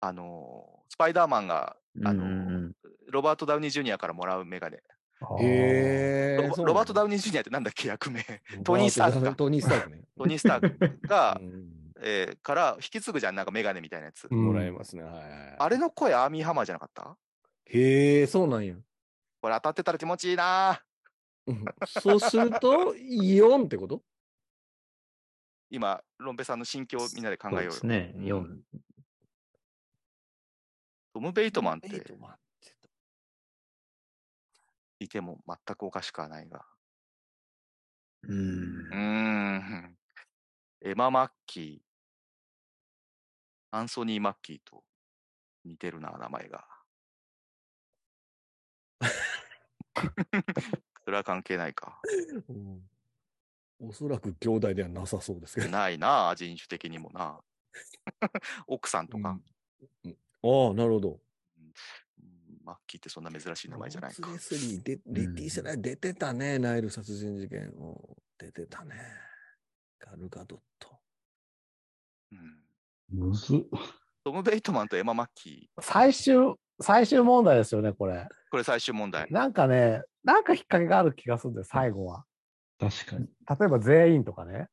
Speaker 1: あのー、スパイダーマンが、あのー
Speaker 7: うん
Speaker 1: ロバート・ダウニー・ジュニアからもらうメガネ。
Speaker 3: へ
Speaker 1: ロバロバート・ダウニー・ジュニアってなんだっけ役名。トニースタークか
Speaker 3: トニー・スタークね。
Speaker 1: トニー・スタークが
Speaker 3: う、ん
Speaker 1: えーから引き継ぐじゃん、なんかメガネみたいなやつ。
Speaker 4: うん
Speaker 3: もらえますね。はいはいはい
Speaker 1: あれの声、アーミーハマーじゃなかった
Speaker 3: へえ、そうなんや。
Speaker 1: これ当たってたら気持ちいいな
Speaker 3: うんそうすると、4ってこと
Speaker 1: 今、ロンペさんの心境をみんなで考えようよ。
Speaker 7: そうですね。4。
Speaker 1: トム・ベイトマンって、いても全くおかしくはないが。
Speaker 6: うん
Speaker 1: うー。ん。エマ・マッキー、アンソニー・マッキーと似てるな、名前が。 それは関係ないか。
Speaker 3: うんおそらく兄弟ではなさそうですけど。
Speaker 1: ないな、人種的にもな。 奥さんとか、
Speaker 3: ああ、なるほど。
Speaker 1: うんマッキーってそんな珍しい名前じゃないか
Speaker 3: ロー。ズレスリーで、リティスライ出てたね、ナイル殺人事件。うん出てたね。ガルガドット。
Speaker 1: うん
Speaker 6: むずっ。
Speaker 1: トム・ベイトマンとエマ・マッキー、
Speaker 4: 最終、最終問題ですよね、これ。
Speaker 1: これ最終問題。
Speaker 4: なんかね、なんか引っ掛けがある気がするんだよ、最後は。
Speaker 6: 確かに。
Speaker 4: 例えば全員とかね。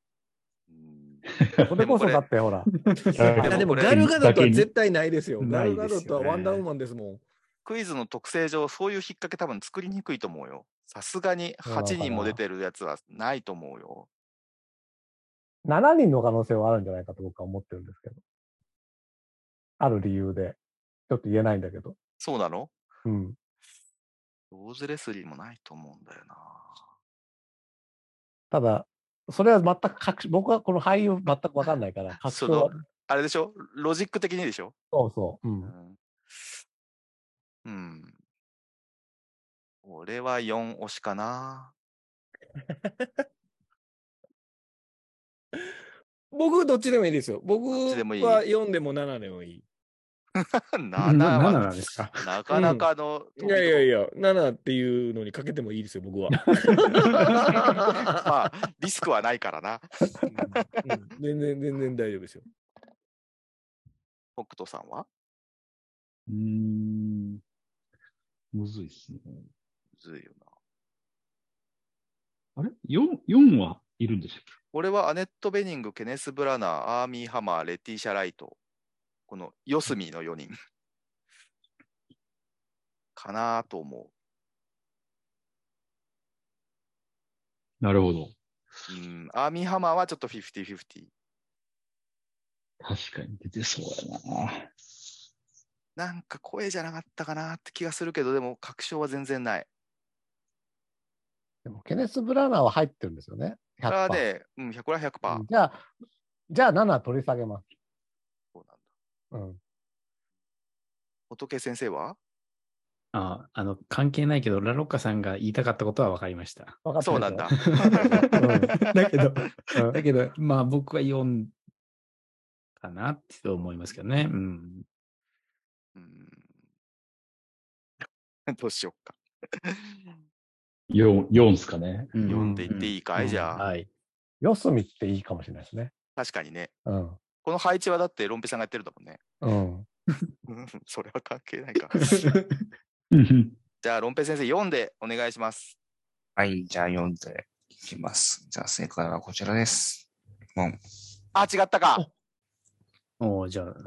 Speaker 1: うん
Speaker 4: それ こそだってほら、
Speaker 3: いや、でも
Speaker 1: これ
Speaker 3: ガルガドットは絶対ないですよ。ガ
Speaker 7: ない
Speaker 3: ル
Speaker 7: ですよ
Speaker 3: ガドットは
Speaker 7: ね
Speaker 3: ワンダーウーマンですもん。
Speaker 1: クイズの特性上、そういう引っ掛け多分作りにくいと思うよ。さすがに8人も出てるやつはないと思うよ。
Speaker 4: 7人の可能性はあるんじゃないかと僕は思ってるんですけど。ある理由で。ちょっと言えないんだけど。
Speaker 1: そうなの
Speaker 4: うん。
Speaker 1: ローズレスリーもないと思うんだよな。
Speaker 4: ただ、それは全く確、僕はこの俳優全くわかんないから、確
Speaker 1: そ
Speaker 4: 証
Speaker 1: の
Speaker 4: は
Speaker 1: あれでしょロジック的にでしょ
Speaker 4: そうそう。うん
Speaker 1: う。ん。うん、俺は4推しかな。
Speaker 3: 僕、どっちでもいいですよ。僕
Speaker 1: どっちでもいい
Speaker 3: は4でも7でもいい。
Speaker 1: 7
Speaker 6: 7な
Speaker 1: は
Speaker 6: んですか。
Speaker 1: なかなかの、
Speaker 3: いやいやいや、7っていうのにかけてもいいですよ、僕は。
Speaker 1: まあ、リスクはないからな。
Speaker 3: うん全然、全然大丈夫ですよ。
Speaker 1: 北斗さんは
Speaker 6: うーん。むずいっすね。
Speaker 1: むずいよな。
Speaker 6: あれ ?4、四はいるんでしたっ
Speaker 1: 俺はアネット・ベニング、ケネス・ブラナー、アーミー・ハマー、レティーシャ・ライト、この四隅の4人。かなぁと思
Speaker 6: けなるほど。
Speaker 1: う。うん、アーミー・ハマーはちょっと50-50。
Speaker 6: 確かに出てそうやな。
Speaker 1: なんか声じゃなかったかなって気がするけど、でも確証は全然ない。
Speaker 4: でも、ケネス・ブラナーは入ってるんですよね。
Speaker 1: これは
Speaker 4: 100%
Speaker 1: ね、うん、100%は100%。
Speaker 4: うんじゃあ、じゃあ7取り下げます。
Speaker 1: そうなんだ
Speaker 4: うん。
Speaker 1: 仏先生は
Speaker 7: あ、あの、関係ないけど、ラロッカさんが言いたかったことは分かりました。
Speaker 4: 分かって
Speaker 1: そう
Speaker 4: るでしょ
Speaker 1: なんだ。。
Speaker 7: だけど、
Speaker 4: うん
Speaker 7: だけど、まあ僕は4かなって思いますけどね。うん。
Speaker 1: うんどうしよっか。
Speaker 6: 4、4っすかね。
Speaker 1: 読
Speaker 7: 4
Speaker 1: んでいっていいかい、じゃあ、
Speaker 7: はい。
Speaker 4: 四隅っていいかもしれないですね。
Speaker 1: 確かにね。
Speaker 4: うん。
Speaker 1: この配置はだってロンペさんがやってるんだもんね。
Speaker 4: うん。
Speaker 1: うんそれは関係ないか。
Speaker 6: うん
Speaker 1: じゃあ、ロンペ先生、読んでお願いします。
Speaker 8: はい、じゃあ読んでいきます。じゃあ正解はこちらです。もん。
Speaker 1: あ、違ったか。
Speaker 7: おおじゃあ。あ
Speaker 3: れ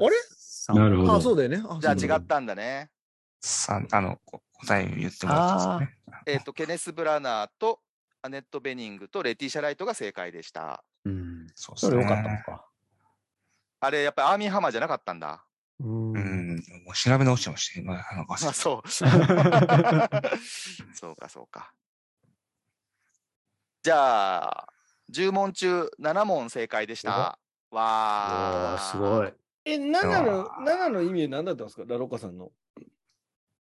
Speaker 6: なるほど。
Speaker 3: あ、そうだよね。
Speaker 1: じゃあ、
Speaker 7: そう
Speaker 1: 違ったんだね。
Speaker 8: さあの、こ答えを言ってもらっていいですかね。
Speaker 1: えっ、と、ケネス・ブラナーとアネット・ベニングとレティーシャ・ライトが正解でした。
Speaker 7: うん。
Speaker 8: そうで
Speaker 4: そ
Speaker 8: す
Speaker 4: れ
Speaker 8: ね。
Speaker 4: 良かったのか。
Speaker 1: あれ、やっぱりアーミー・ハマーじゃなかったんだ。
Speaker 4: う。
Speaker 8: うんん、もう調べ直してまして、今、あの、忘れ
Speaker 1: あ、
Speaker 8: て
Speaker 1: そう。そうか、そうか。じゃあ、10問中7問正解でした。わ
Speaker 7: お
Speaker 1: あ、
Speaker 7: ーすごい。。
Speaker 3: え、7の
Speaker 8: あ、ー
Speaker 3: 7の意味何だったんですかラロッカさんの。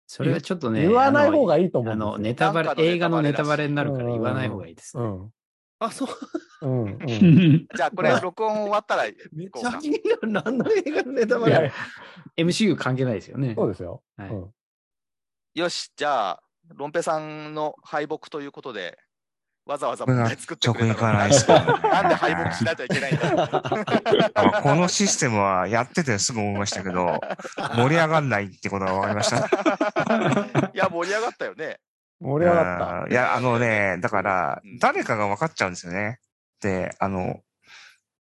Speaker 7: それはちょっとね、
Speaker 4: 言わない方がいいと思
Speaker 7: あ
Speaker 4: うんですよ
Speaker 7: の、ネタバ
Speaker 1: なんか
Speaker 7: レ、
Speaker 1: の
Speaker 7: 映画のネタバレになるから
Speaker 4: うん
Speaker 7: 言わない方がいいです
Speaker 4: う
Speaker 7: ね。
Speaker 4: ん。
Speaker 3: あ、そう。
Speaker 4: うん。うん。
Speaker 1: じゃあ、これ、録音終わったら、
Speaker 3: めっ
Speaker 1: こう
Speaker 3: ちゃ
Speaker 1: か
Speaker 3: 気になる。何の映画のネタバ
Speaker 4: いやい
Speaker 3: レ
Speaker 4: や
Speaker 7: MCU 関係ないですよね。
Speaker 4: そうですよ。
Speaker 7: はい
Speaker 4: うん
Speaker 1: よし、じゃあ、ロンペさんの敗北ということで、わざわざ問題作ってくれたの
Speaker 8: 僕が直撃はないですけどね
Speaker 1: なんで敗北しなきゃいけないん だ
Speaker 8: あこのシステムはやっててすぐ思いましたけど、盛り上がんないってことが分かりました。
Speaker 1: いや、盛り上がったよね。
Speaker 4: 盛り上がっ
Speaker 8: うんいや、あ のね、だから
Speaker 1: うん、
Speaker 8: 誰かが分かっちゃうんですよね。で、あの、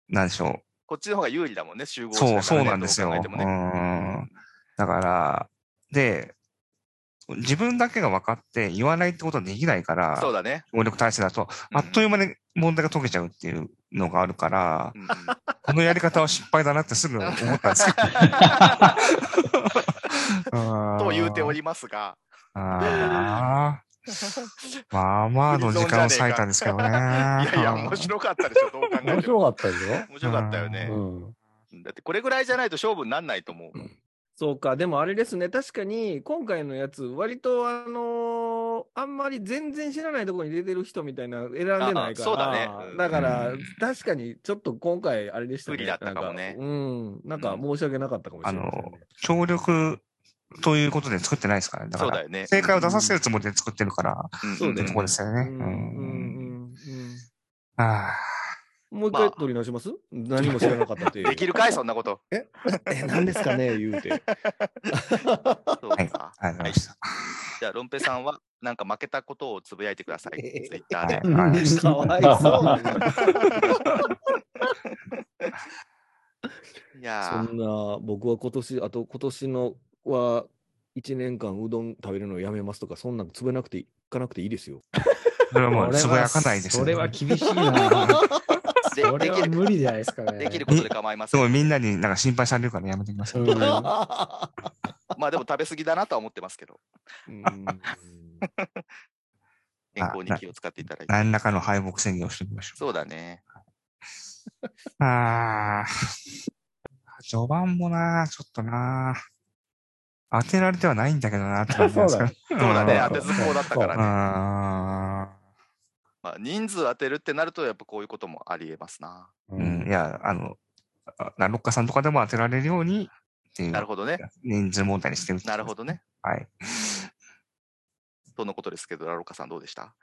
Speaker 8: なんでしょ
Speaker 1: こっちの方が有利だもんね、集合
Speaker 8: う。
Speaker 1: しながら
Speaker 8: そ
Speaker 1: ね
Speaker 8: う、そうなんですよ。
Speaker 1: ど
Speaker 8: う
Speaker 1: 考えてもね
Speaker 8: ん。だから、で、自分だけが分かって言わないってことはできないから、
Speaker 1: そうだね。
Speaker 8: 能力体制だと、あっという間に問題が解けちゃうっていうのがあるから、
Speaker 1: うん
Speaker 8: このやり方は失敗だなってすぐ思ったん ですけど。
Speaker 1: と言うてお
Speaker 8: り
Speaker 1: りますが、
Speaker 8: あーまあまあの時間を割いたんですけどね。い
Speaker 1: いやいや、面白かったでしょ、どう考えても。
Speaker 4: 面白かったでし
Speaker 1: 面白かったよね
Speaker 4: ょ。うん。
Speaker 1: だってこれぐらいじゃないと勝負になんないと思う。
Speaker 3: そうか、でもあれですね、確かに今回のやつ、割とあのーあんまり全然知らないところに出てる人みたいな選んでないか
Speaker 1: あ
Speaker 3: ら、
Speaker 1: そうだねうん
Speaker 3: だから、
Speaker 8: うん
Speaker 3: 確かにちょっと今回、あれでしたね。
Speaker 1: 不利だったかもね
Speaker 3: なんうん、なんか申し訳なかったかもしれない、ね。
Speaker 8: 協力ということで作ってないですからね。だか
Speaker 1: そうだ
Speaker 8: ら、
Speaker 1: よね。
Speaker 8: 正解を出させるつもりで作ってるから、
Speaker 1: うん
Speaker 3: そうだ
Speaker 8: って
Speaker 3: よ
Speaker 8: とこですよね。
Speaker 3: うん
Speaker 8: う
Speaker 3: うん
Speaker 8: ん。
Speaker 3: うんうん
Speaker 8: ああ。
Speaker 3: もう一
Speaker 1: ま
Speaker 3: 回
Speaker 1: あ
Speaker 3: 取り直します、何も知らなかったってい う。
Speaker 1: できるかい、そんなこと。
Speaker 3: え、何ですかね、言うて。
Speaker 1: そうか。
Speaker 8: ありがとうございました。
Speaker 1: じゃあ、ロンペさんは、なんか負けたことをつぶやいてください。ツイッター
Speaker 8: は
Speaker 1: で。
Speaker 8: いはい
Speaker 3: かわいそうに。
Speaker 1: いや
Speaker 3: そ
Speaker 1: ー
Speaker 3: んな、僕は今年、あと今年のは、1年間うどん食べるのやめますとか、そんなんつぶやなくていいかなくていいですよ。
Speaker 8: それはもう、
Speaker 7: それは
Speaker 8: つぶやかないですよ
Speaker 7: それ
Speaker 8: ね。
Speaker 7: は厳しいな。
Speaker 1: で
Speaker 7: そ
Speaker 1: で
Speaker 7: れ
Speaker 1: き
Speaker 7: は
Speaker 1: る
Speaker 7: 無理じゃないですかね。
Speaker 1: できることで構いますせ
Speaker 8: ごい
Speaker 1: ん。
Speaker 8: みんなになんか心配されるからやめてください。
Speaker 7: うん
Speaker 1: まあでも食べ過ぎだなとは思ってますけど、
Speaker 3: うん
Speaker 1: 健康に気を使っていただいて。
Speaker 8: 何らかの敗北宣言をしておきましょ
Speaker 1: そうだね。
Speaker 8: う。ああ。序盤もな、ちょっとな。当てられてはないんだけど な、って感じなんですか
Speaker 1: そう
Speaker 8: ね
Speaker 1: だね。
Speaker 8: ん
Speaker 1: 当てずっぽうだったから
Speaker 8: う
Speaker 1: ね。
Speaker 8: ん。
Speaker 1: まあ、人数当てるってなると、やっぱこういうこともありえますな。
Speaker 8: う、
Speaker 6: うん
Speaker 8: いや、あの、あラロッカさんとかでも当てられるようにってい
Speaker 1: なる
Speaker 8: う
Speaker 1: ほどね。
Speaker 8: 人数問題にしてる。
Speaker 1: なるほどね。
Speaker 8: はい。
Speaker 1: とのことですけど、ラロカさんどうでした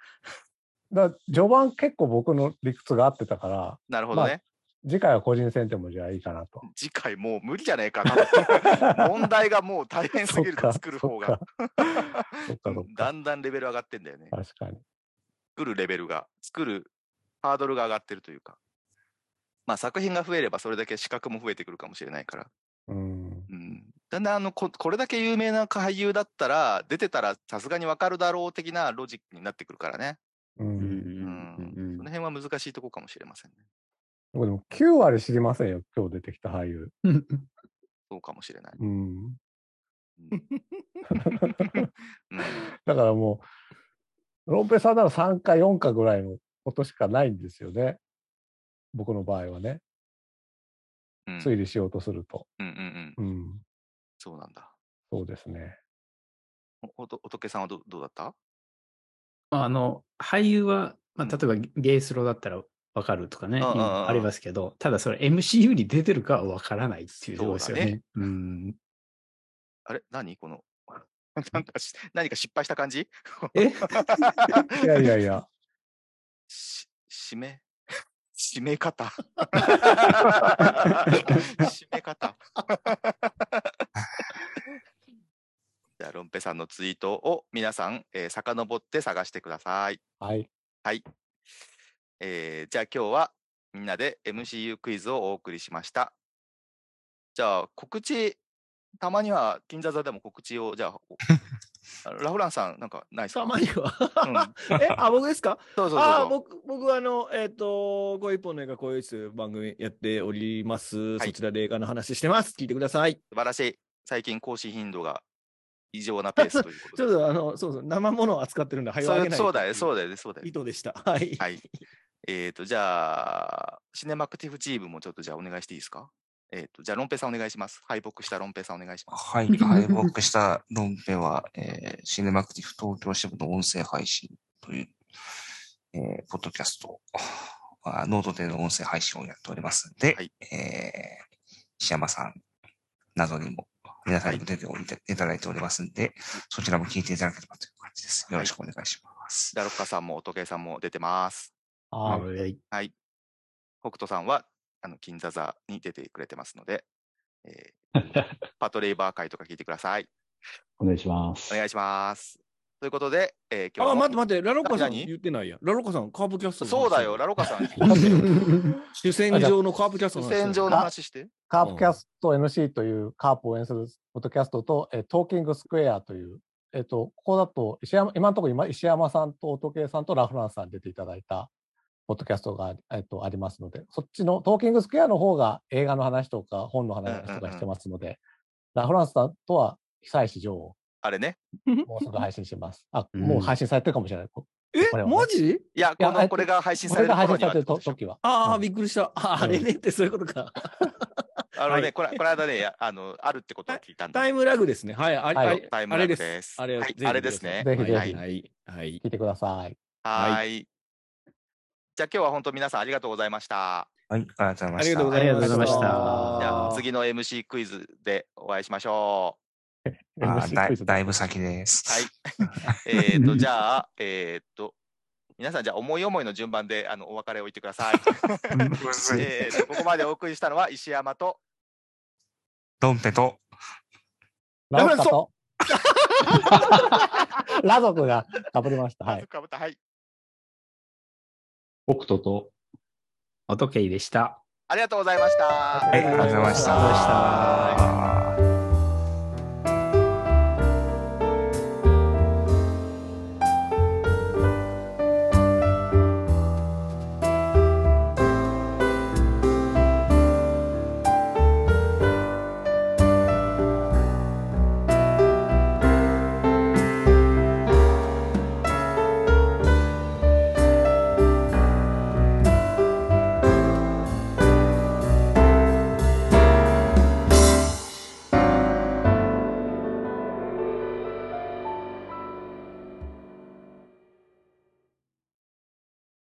Speaker 4: だから序盤結構僕の理屈が合ってたから、
Speaker 1: なるほどね。
Speaker 4: 次回は個人戦でもじゃあいいかなと。
Speaker 1: 次回もう無理じゃねえかな。問題がもう大変すぎる
Speaker 4: そっか
Speaker 1: 作る方が。
Speaker 4: そっか そっ
Speaker 1: だ
Speaker 4: か。
Speaker 1: んだんレベル上がってんだよね。
Speaker 4: 確かに。
Speaker 1: 作るレベルが、作るハードルが上がってるというか。まあ作品が増えればそれだけ資格も増えてくるかもしれないから。
Speaker 4: うん。
Speaker 1: うん、だんだんあのここれだけ有名な俳優だったら出てたらさすがにわかるだろう的なロジックになってくるからね。
Speaker 4: う。
Speaker 6: うん
Speaker 1: うん
Speaker 6: んうん
Speaker 1: その辺は難しいとこかもしれませんね。
Speaker 4: 僕でも9割知りませんよ、今日出てきた俳優。
Speaker 1: そうかもしれない。
Speaker 4: う
Speaker 1: う
Speaker 4: ん。
Speaker 1: んうん
Speaker 4: だからもう、ロンペさんなら3か4かぐらいのことしかないんですよね。僕の場合はね、
Speaker 1: うん
Speaker 4: 推理しようとすると。
Speaker 1: うんうんうん
Speaker 4: うん。
Speaker 1: そうなんだ。
Speaker 4: そうですね。
Speaker 1: おおと仏さんはどうどうだった
Speaker 7: あの、俳優は、まあ、例えばゲイスロだったらわかるとかね、
Speaker 1: うんうんうん
Speaker 7: 今ありますけど、ただそれ MCU に出てるかはわからないっていうところですよ
Speaker 1: そうだ
Speaker 7: ね。うん
Speaker 1: あれ何この なんかし何か失敗した感じ
Speaker 7: え
Speaker 4: いやいやいや。
Speaker 1: し締め締め 方締め方 じゃあロンペさんのツイートを皆さん、えー、遡って探してください、
Speaker 4: はい。
Speaker 1: えーじゃあ今日はみんなで MCU クイズをお送りしましたじゃあ告知たまには金座座でも告知をじゃあお あのラフランさんなんかないですか
Speaker 3: たまには
Speaker 1: うん。
Speaker 3: え、あ、僕ですか
Speaker 1: そうそうそうそ
Speaker 3: ああ、
Speaker 1: う
Speaker 3: 僕、僕はあの、えっ、と、こういう一本の映画、こういう一本の番組やっております。
Speaker 1: い
Speaker 3: そちらで映画の話してます。聞いてください。
Speaker 1: 素晴らしい。最近更新頻度が異常なペースというこ
Speaker 3: ち
Speaker 1: と
Speaker 3: ょっ
Speaker 1: で。
Speaker 3: とあの、そうそう、生ものを扱ってるんで、早
Speaker 1: そう
Speaker 3: 上げない
Speaker 1: そうだよ、
Speaker 3: う
Speaker 1: そうだよね、そうだよ
Speaker 3: 意
Speaker 1: ね。
Speaker 3: 図でした。はい。
Speaker 1: はい。えっ、と、じゃあ、シネマクティフチームもちょっとじゃあお願いしていいですかえっ、と、じゃあ、ロンペイさんお願いします。敗北したロンペイさんお願いします。
Speaker 8: はい。敗北したロンペは、えーシネマクティフ東京支部の音声配信という、えーポッドキャスト、あノートでの音声配信をやっておりますので、
Speaker 1: はい
Speaker 8: えー石山さんなどにも、皆さんにも出ておいていただいておりますので、そちらも聞いていただければという感じです。よろしくお願いします。
Speaker 1: ダロッカさんもおとけさんも出てます。
Speaker 4: はい。
Speaker 7: はい
Speaker 1: はい。北斗さんは、あの、金座座に出てくれてますので、え ーパトレイバー会とか聞いてください。
Speaker 6: お願いします。
Speaker 1: お願いします。ということで、えー今日も
Speaker 3: あ、待って待って、ラロッカさん
Speaker 1: 何
Speaker 3: 言ってないやん。ラロッカさん、カープキャストの話
Speaker 1: そうだよ、ラロカさん。
Speaker 3: 主戦場のカープキャストの話
Speaker 1: 戦場の話して。
Speaker 4: カープキャスト NC というカープを応援するポッドキャストと、えートーキングスクエアという、えっ、と、ここだと石山、今のところ今石山さんと乙啓さんとラフランスさんに出ていただいたポッドキャストが、えっとありますので、そっちのトーキングスクエアの方が映画の話とか本の話とかしてますので、ラフランスさんとは久石譲を
Speaker 1: あれね。
Speaker 4: もうすぐ配信します。あ、
Speaker 7: うん
Speaker 4: もう配信されてるかもしれない。こ
Speaker 5: え
Speaker 4: これはね
Speaker 5: マジ
Speaker 1: いや、
Speaker 4: いや
Speaker 1: こ
Speaker 4: あ
Speaker 1: の
Speaker 4: え
Speaker 1: これが配信
Speaker 4: こ
Speaker 1: さ
Speaker 4: れ
Speaker 1: れる
Speaker 4: が配
Speaker 1: 頃
Speaker 4: 信
Speaker 1: に
Speaker 4: され
Speaker 1: は
Speaker 4: てると時は。
Speaker 3: ああ、
Speaker 4: うん
Speaker 3: びっくりした。あーあれねってそういう ことか。
Speaker 1: あの
Speaker 3: は
Speaker 1: ね、これこの間ね、やあの、あるってことを聞いたんだ
Speaker 3: タ。イムラグですね。はい。あ,、
Speaker 4: はい
Speaker 3: あ
Speaker 1: タイム
Speaker 3: あ
Speaker 1: ラ
Speaker 3: れ
Speaker 1: グ
Speaker 3: で
Speaker 1: です
Speaker 3: す。あれを
Speaker 1: はい
Speaker 3: ぜひ
Speaker 1: あれですね
Speaker 3: ぜひ
Speaker 4: ぜひぜひ
Speaker 3: はい。はい。はい
Speaker 4: 聞いてください。
Speaker 1: はーい。じゃあ今日は本当皆さんありがとうございました。
Speaker 8: はい、ありがとうございました。
Speaker 3: ありがとうござ
Speaker 7: あり
Speaker 3: い
Speaker 7: が
Speaker 3: ま
Speaker 7: と
Speaker 3: した
Speaker 7: うございまし
Speaker 1: じゃあ
Speaker 7: た。
Speaker 1: 次の MC クイズでお会いしましょ
Speaker 8: あ
Speaker 4: MC
Speaker 8: だ
Speaker 4: クイ
Speaker 8: い
Speaker 4: ズ
Speaker 8: だいぶ先です。
Speaker 1: う。 はい。えっと、じゃあ、えっと、皆さんじゃあ思い思いの順番であのお別れを言ってください。
Speaker 8: むずい。
Speaker 1: えーとここまでお送りしたのは石山と
Speaker 8: ドンペと、
Speaker 4: ラブカと。ラ族がかぶりました。は
Speaker 1: はいい。。はい。
Speaker 6: 北斗と、
Speaker 7: おとけいでした。
Speaker 1: ありがとうございました。
Speaker 8: はい、ありがとうございました。